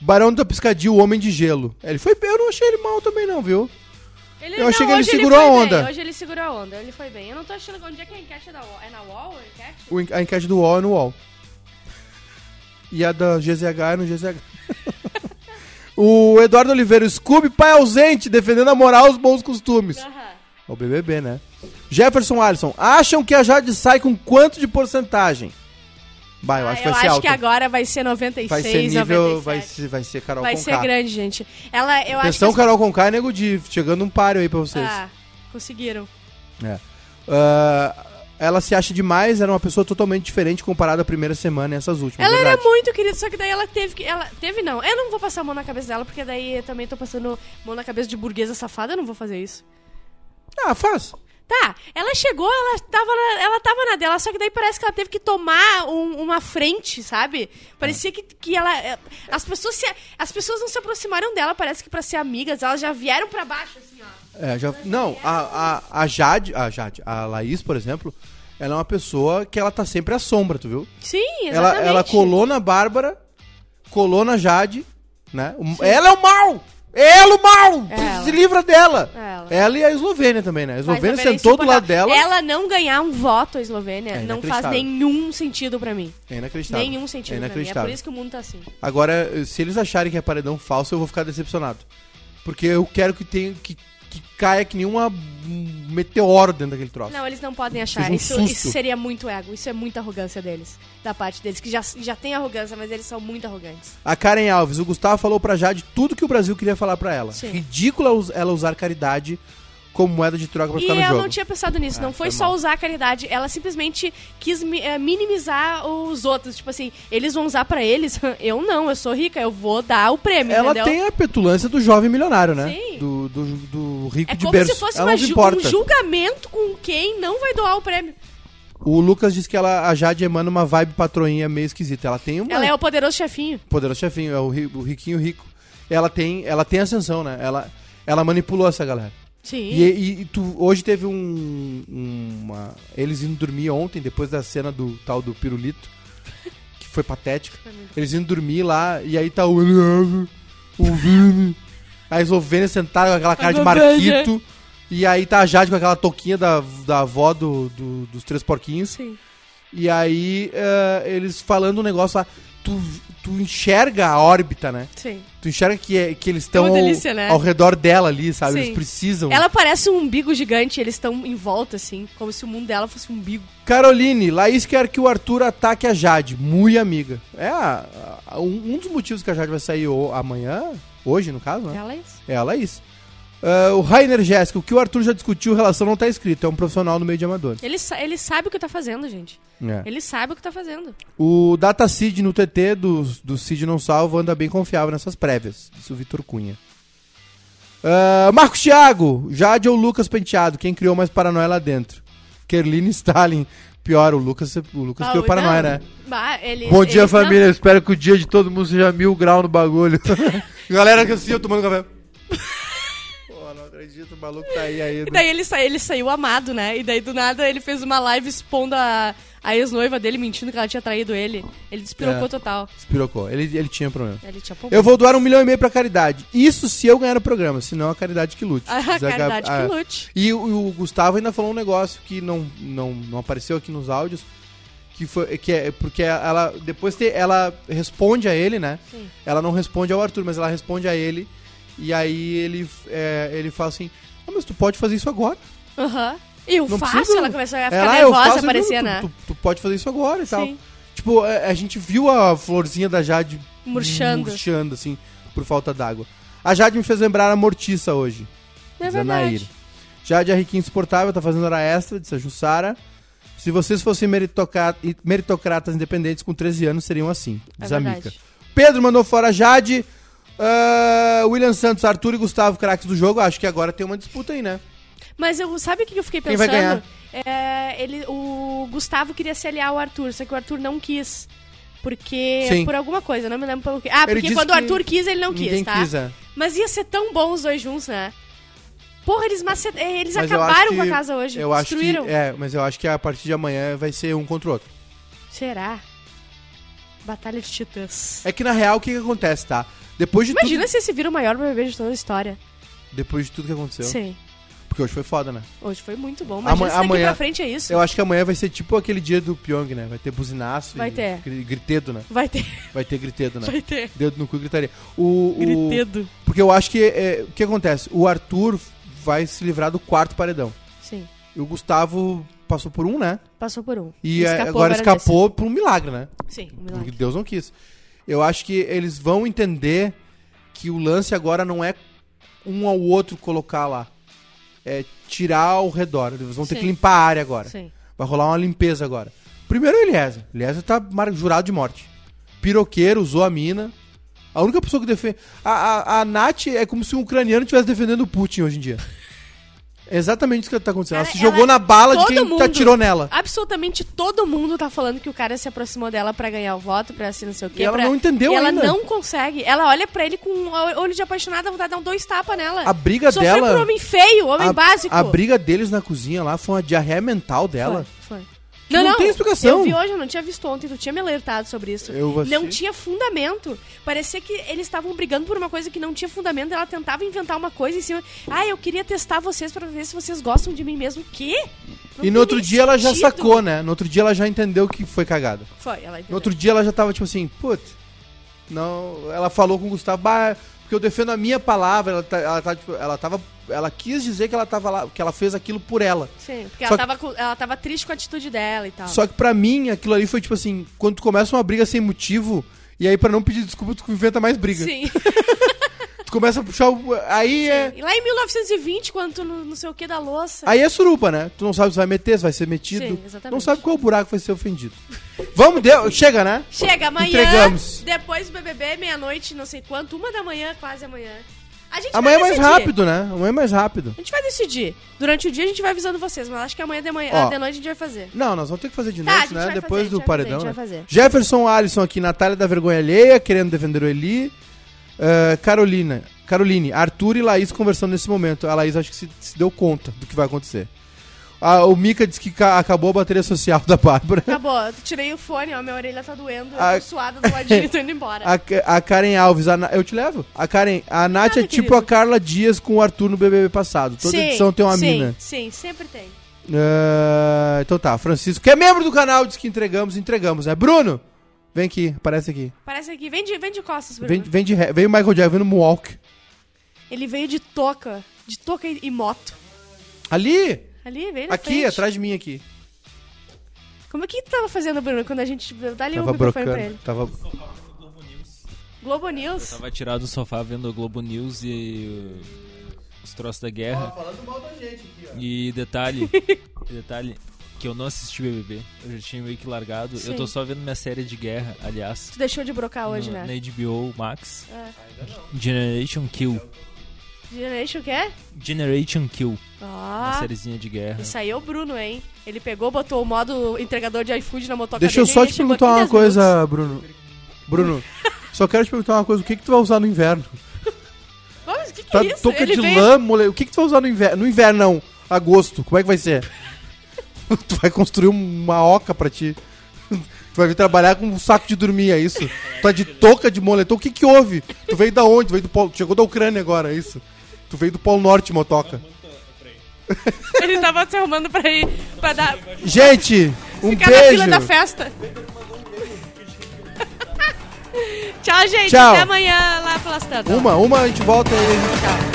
Barão da Piscadinha, o Homem de Gelo. Ele foi bem, eu não achei ele mal também não, viu? Ele, Eu achei que ele hoje segurou foi a bem, onda. hoje ele segurou a onda, ele foi bem. Eu não tô achando onde é que a enquete é da Wall. É na Wall a enquete? O en- a enquete do UOL é no UOL. E a da GZH é no GZH. o Eduardo Oliveira, o Scooby, pai ausente, defendendo a moral e os bons costumes. Aham. É o BBB, né? Jefferson Alisson, acham que a Jade sai com quanto de porcentagem? Bah, eu Ah, acho que vai ser alto. agora vai ser 96, vai ser nível, 97. vai ser, vai ser Carol Vai Conká. ser grande, gente. Ela, eu Atenção, acho que... Carol Conká e Nego Di, chegando um páreo aí pra vocês. Ah, conseguiram. É. Ah, ela se acha demais, era uma pessoa totalmente diferente comparada à primeira semana e essas últimas. Ela É verdade. era muito querida, só que daí ela teve que. Ela teve, não. Eu não vou passar a mão na cabeça dela, porque daí eu também tô passando mão na cabeça de burguesa safada, eu não vou fazer isso. Ah, faz. Tá, ela chegou, ela tava na, ela tava na dela, só que daí parece que ela teve que tomar um- uma frente, sabe? Parecia que, que ela. é, As pessoas, se, as pessoas não se aproximaram dela, parece que pra ser amigas, elas já vieram pra baixo, assim, ó. É, já, não, a, a, a Jade, a Jade, a Laís, por exemplo, ela é uma pessoa que ela tá sempre à sombra, tu viu? Sim, Ela, exatamente. ela colou na Bárbara, colou na Jade, né? O- ela é o mal! Ela é o mal! Ela. Se livra dela! Ela. Ela e a Eslovênia também, né? A Mas, Eslovênia Eslovênia, sentou do lado insuportável. dela. Ela não ganhar um voto, a Eslovênia, É não faz inacreditável. nenhum sentido pra mim. É inacreditável. Nenhum sentido É pra mim. É inacreditável. por isso que o mundo tá assim. Agora, se eles acharem que é paredão falso, eu vou ficar decepcionado. Porque eu quero que tenha que, que caia que nenhuma um meteoro dentro daquele troço. Não, eles não podem achar. Seja um isso, susto. isso seria muito ego. Isso é muita arrogância deles. Da parte deles, que já, já tem arrogância, mas eles são muito arrogantes. A Karen Alves, o Gustavo falou pra Jade tudo que o Brasil queria falar pra ela. Sim. Ridícula us- ela usar caridade como moeda de troca pra E ficar no eu jogo. É, não tinha pensado nisso. não foi foi, só mal. usar a caridade. Ela simplesmente quis mi- eh, minimizar os outros. Tipo assim, eles vão usar pra eles? Eu não, eu sou rica, eu vou dar o prêmio, Ela entendeu? tem a petulância do jovem milionário, né? Sim. Do, do, do rico É de como berço. se fosse ela uma não se ju- importa. um julgamento com quem não vai doar o prêmio. O Lucas diz que ela, a Jade emana uma vibe patroinha meio esquisita. Ela tem uma... Ela é o poderoso chefinho. Poderoso chefinho, é o, ri- o riquinho rico. Ela tem, ela tem ascensão, né? Ela, ela manipulou essa galera. Sim. E, e- e tu, hoje teve um. Uma, eles indo dormir ontem, depois da cena do tal do pirulito, que foi patética. Eles indo dormir lá, e aí tá o. O Vini. A Eslovênia sentada com aquela cara de marquito. E aí tá a Jade com aquela touquinha da, da avó do, do- dos três porquinhos. Sim. E aí eh, eles falando um negócio lá. tu, tu enxerga a órbita, né? Sim. Tu enxerga que, é- que eles É estão uma ao, delícia, né? ao redor dela ali, sabe? Sim. Eles precisam. Ela parece um umbigo gigante, eles estão em volta, assim, como se o mundo dela fosse um umbigo. Caroline, Laís quer que o Arthur ataque a Jade, muito amiga. É, a- a- um, um dos motivos que a Jade vai sair o- amanhã, hoje no caso, né? Ela é isso. É a Laís. Ah, o Rainer Jéssica, o que o Arthur já discutiu, relação não tá escrito, é um profissional no meio de amadores. Ele, sa- ele sabe o que tá fazendo, gente. É. Ele sabe o que tá fazendo. O DataCid no TT do, do Cid Não Salvo anda bem confiável nessas prévias. Disse o Vitor Cunha. Ah, Marcos Thiago, Jade ou Lucas Penteado? Quem criou mais paranoia lá dentro? Kerline Stalin. Pior, o Lucas, o Lucas criou Ah, paranoia, não. né? Bah, ele- Bom dia, ele- família. Espero que o dia de todo mundo seja mil grau no bagulho. Galera que assim, eu tomando café. Pô, não acredito, o maluco tá aí E ainda. daí ele, sa- ele saiu amado, né? E daí do nada ele fez uma live expondo a, a ex-noiva dele, mentindo que ela tinha traído ele. Ele despirocou É. total. Espirocou. Ele, ele tinha problema. Ele tinha Eu vou doar um milhão e meio pra caridade. Isso se eu ganhar o programa, senão a caridade que lute. A Diz Gabi- caridade Ah, que lute. E o, o Gustavo ainda falou um negócio que não, não, não apareceu aqui nos áudios, que foi que é porque ela depois te- ela responde a ele, né? Sim. Ela não responde ao Arthur, mas ela responde a ele e aí ele é, ele fala assim: ah, mas tu pode fazer isso agora. Aham. E o Não fácil, precisa- ela começou a ficar Ela, "Ah, eu nervosa, faço, parecia, tu- né? Tu, tu pode fazer isso agora e tal. Sim. Tipo, a, a gente viu a florzinha da Jade Murchando. murchando assim, por falta d'água. A Jade me fez lembrar a Mortiça hoje. É Diz a Nair. verdade. Jade é riquinha insuportável, tá fazendo hora extra, disse a Jussara. Se vocês fossem meritoca- meritocratas independentes com 13 anos, seriam assim, diz É a verdade. Mica. Pedro mandou fora a Jade. Ah, William Santos, Arthur e Gustavo, craques do jogo. Acho que agora tem uma disputa aí, né? Mas eu, sabe o que eu fiquei Quem pensando? vai ganhar? É, ele, o Gustavo queria se aliar ao Arthur, só que o Arthur não quis. Porque. Sim. Por alguma coisa, não me lembro pelo que. Ah, Ele porque disse quando o que Arthur quis, ele não quis, Ninguém tá? quis, é. Mas ia ser tão bom os dois juntos, né? Porra, eles, macet... eh, eles Mas eu acabaram acho com a que- casa hoje. Eu acho que, destruíram. é, mas eu acho que a partir de amanhã vai ser um contra o outro. Será? Batalha de titãs. É que na real, o que, que acontece, tá? Depois de, Imagina tudo, se esse vira o maior bebê de toda a história. depois de tudo que aconteceu. Sim. Porque hoje foi foda, né? Hoje foi muito bom. Imagina Ama- se daqui amanhã- pra frente é isso. Eu acho que amanhã vai ser tipo aquele dia do Pyong, né? Vai ter buzinaço Vai e ter. gri- gritedo, né? Vai ter, Vai ter gritedo, né? vai ter. Dedo no cu e gritaria. O, o- Gritedo. Porque eu acho que. é, o que acontece? O Arthur vai se livrar do quarto paredão. Sim. E o Gustavo passou por um, né? Passou por um. E é, Escapou agora várias escapou por um milagre, né? vezes. Sim, um Porque milagre. Deus não quis. Eu acho que eles vão entender que o lance agora não é um ao outro colocar lá. É tirar ao redor. Eles vão ter Sim. que limpar a área agora. Sim. Vai rolar uma limpeza agora. Primeiro é o Eliezer. Eliezer tá mar- jurado de morte. Piroqueiro, usou a mina. A única pessoa que defende. A, a, a Nath é como se um ucraniano estivesse defendendo o Putin hoje em dia. É exatamente isso que tá acontecendo. ela Cara, se ela- jogou na bala de todo quem tá mundo- atirou nela. Absolutamente todo mundo tá falando que o cara se aproximou dela pra ganhar o voto, pra assim, não sei o quê. E ela pra- não entendeu e ela ainda. não consegue. Ela olha pra ele com um olho de apaixonada, vontade de dar um dois tapas nela. A briga Sofreu dela- por homem feio, É um homem a, básico. a briga deles na cozinha lá foi uma diarreia mental dela. Foi. foi. Não tem explicação. Eu vi hoje, eu não tinha visto ontem, tu tinha me alertado sobre isso. Eu assisti. não tinha fundamento. Parecia que eles estavam brigando por uma coisa que não tinha fundamento. Ela tentava inventar uma coisa em cima. Ah, eu queria testar vocês pra ver se vocês gostam de mim mesmo. O quê? Não E tem no outro nem dia ela já sentido. sacou, né? No outro dia ela já entendeu que foi cagada. Foi, ela entendeu. No outro dia ela já tava tipo assim, putz. Não, ela falou com o Gustavo, bah, porque eu defendo a minha palavra. Ela, tá- ela, tá, tipo, ela tava. Ela quis dizer que ela tava lá, que ela fez aquilo por ela. Sim, porque Só ela que- tava, com- ela tava triste com a atitude dela e tal. Só que pra mim, aquilo ali foi tipo assim, quando tu começa uma briga sem motivo, e aí pra não pedir desculpa, tu inventa mais briga. Sim. Tu começa a puxar o. Aí é. E lá em 1920, quando tu não, não sei o que da louça. Aí é surupa, né? Tu não sabe se vai meter, se vai ser metido. Sim, exatamente. Não sabe qual buraco vai ser ofendido. Vamos, deu, chega, né? Chega amanhã. Entregamos. Depois do BBB, meia-noite, não sei quanto. Uma da manhã, quase amanhã. A gente Amanhã é vai mais decidir. rápido, né? Amanhã é mais rápido. A gente vai decidir. Durante o dia a gente vai avisando vocês, mas acho que amanhã de, manhã, ah, Ó. de noite a gente vai fazer. Não, nós vamos ter que fazer de Tá, a noite, gente né? vai Depois fazer, a do gente vai paredão. fazer, a gente né? vai fazer. Jefferson Alisson aqui, Natália da Vergonha Alheia, querendo defender o Eli. Ah, Carolina. Caroline, Arthur e Laís conversando nesse momento. A Laís acho que se, se deu conta do que vai acontecer. Ah, o Mika disse que ca- acabou a bateria social da Bárbara. Acabou, eu tirei o fone, ó, minha orelha tá doendo, Ah. eu tô suada do ladinho, tô indo embora. A, Ca- a Karen Alves, a Na- eu te levo? A Karen, a Nath é nada, tipo querido. a Carla Dias com o Arthur no BBB passado. Toda edição tem uma sim, mina. Eh, Sim, sempre tem. Ah, então tá, Francisco, que é membro do canal, diz que entregamos, entregamos, né? Bruno, Vem aqui, aparece aqui. Parece aqui. Vem de, vem de costas, Bruno. Vem, vem de ré. Vem o Michael Jackson, vem no Moonwalk. Ele veio de toca. De toca e, e moto. Ali! Ali, veio na Aqui, frente. atrás de mim aqui. Como é que tu tava fazendo, Bruno, quando a gente... Dá ali o Tava microfone pra brocando. ele. Tava... Globo News. Tava tirado do sofá vendo o Globo News e uh, os troços da guerra. E detalhe, detalhe, que eu não assisti BBB. Eu já tinha meio que largado. Sim. Eu tô só vendo minha série de guerra, aliás. Tu deixou de brocar hoje, na, né? Ah. na HBO Max. Generation Kill. Generation o quê? Generation Kill. Uma Ah, sériezinha de guerra. isso aí é o Bruno, hein? Ele pegou, botou o modo entregador de iFood na motoca Deixa eu dele e só ele te chegou aqui perguntar em uma 10 minutos. coisa, Bruno. Bruno, só quero te perguntar uma coisa. O que, que tu vai usar no inverno? Vamos, o que, que Tá é isso? touca Ele de veio- lã, mole... O que, que tu vai usar no inverno? No inverno, não. Agosto. Como é que vai ser? tu vai construir um, uma oca pra ti. Tu vai vir trabalhar com um saco de dormir, é isso? Tu tá de touca de moletom. O que que houve? Tu veio da onde? Tu veio do polo... Chegou da Ucrânia agora, é isso? Tu veio do Polo Norte, motoca. Ele tava se arrumando pra ir pra dar, Gente, um ficar na beijo. fila da festa. Tchau, gente. Tchau. Até amanhã lá pelas tantas. Um Uma, uma, a gente volta aí. Tchau.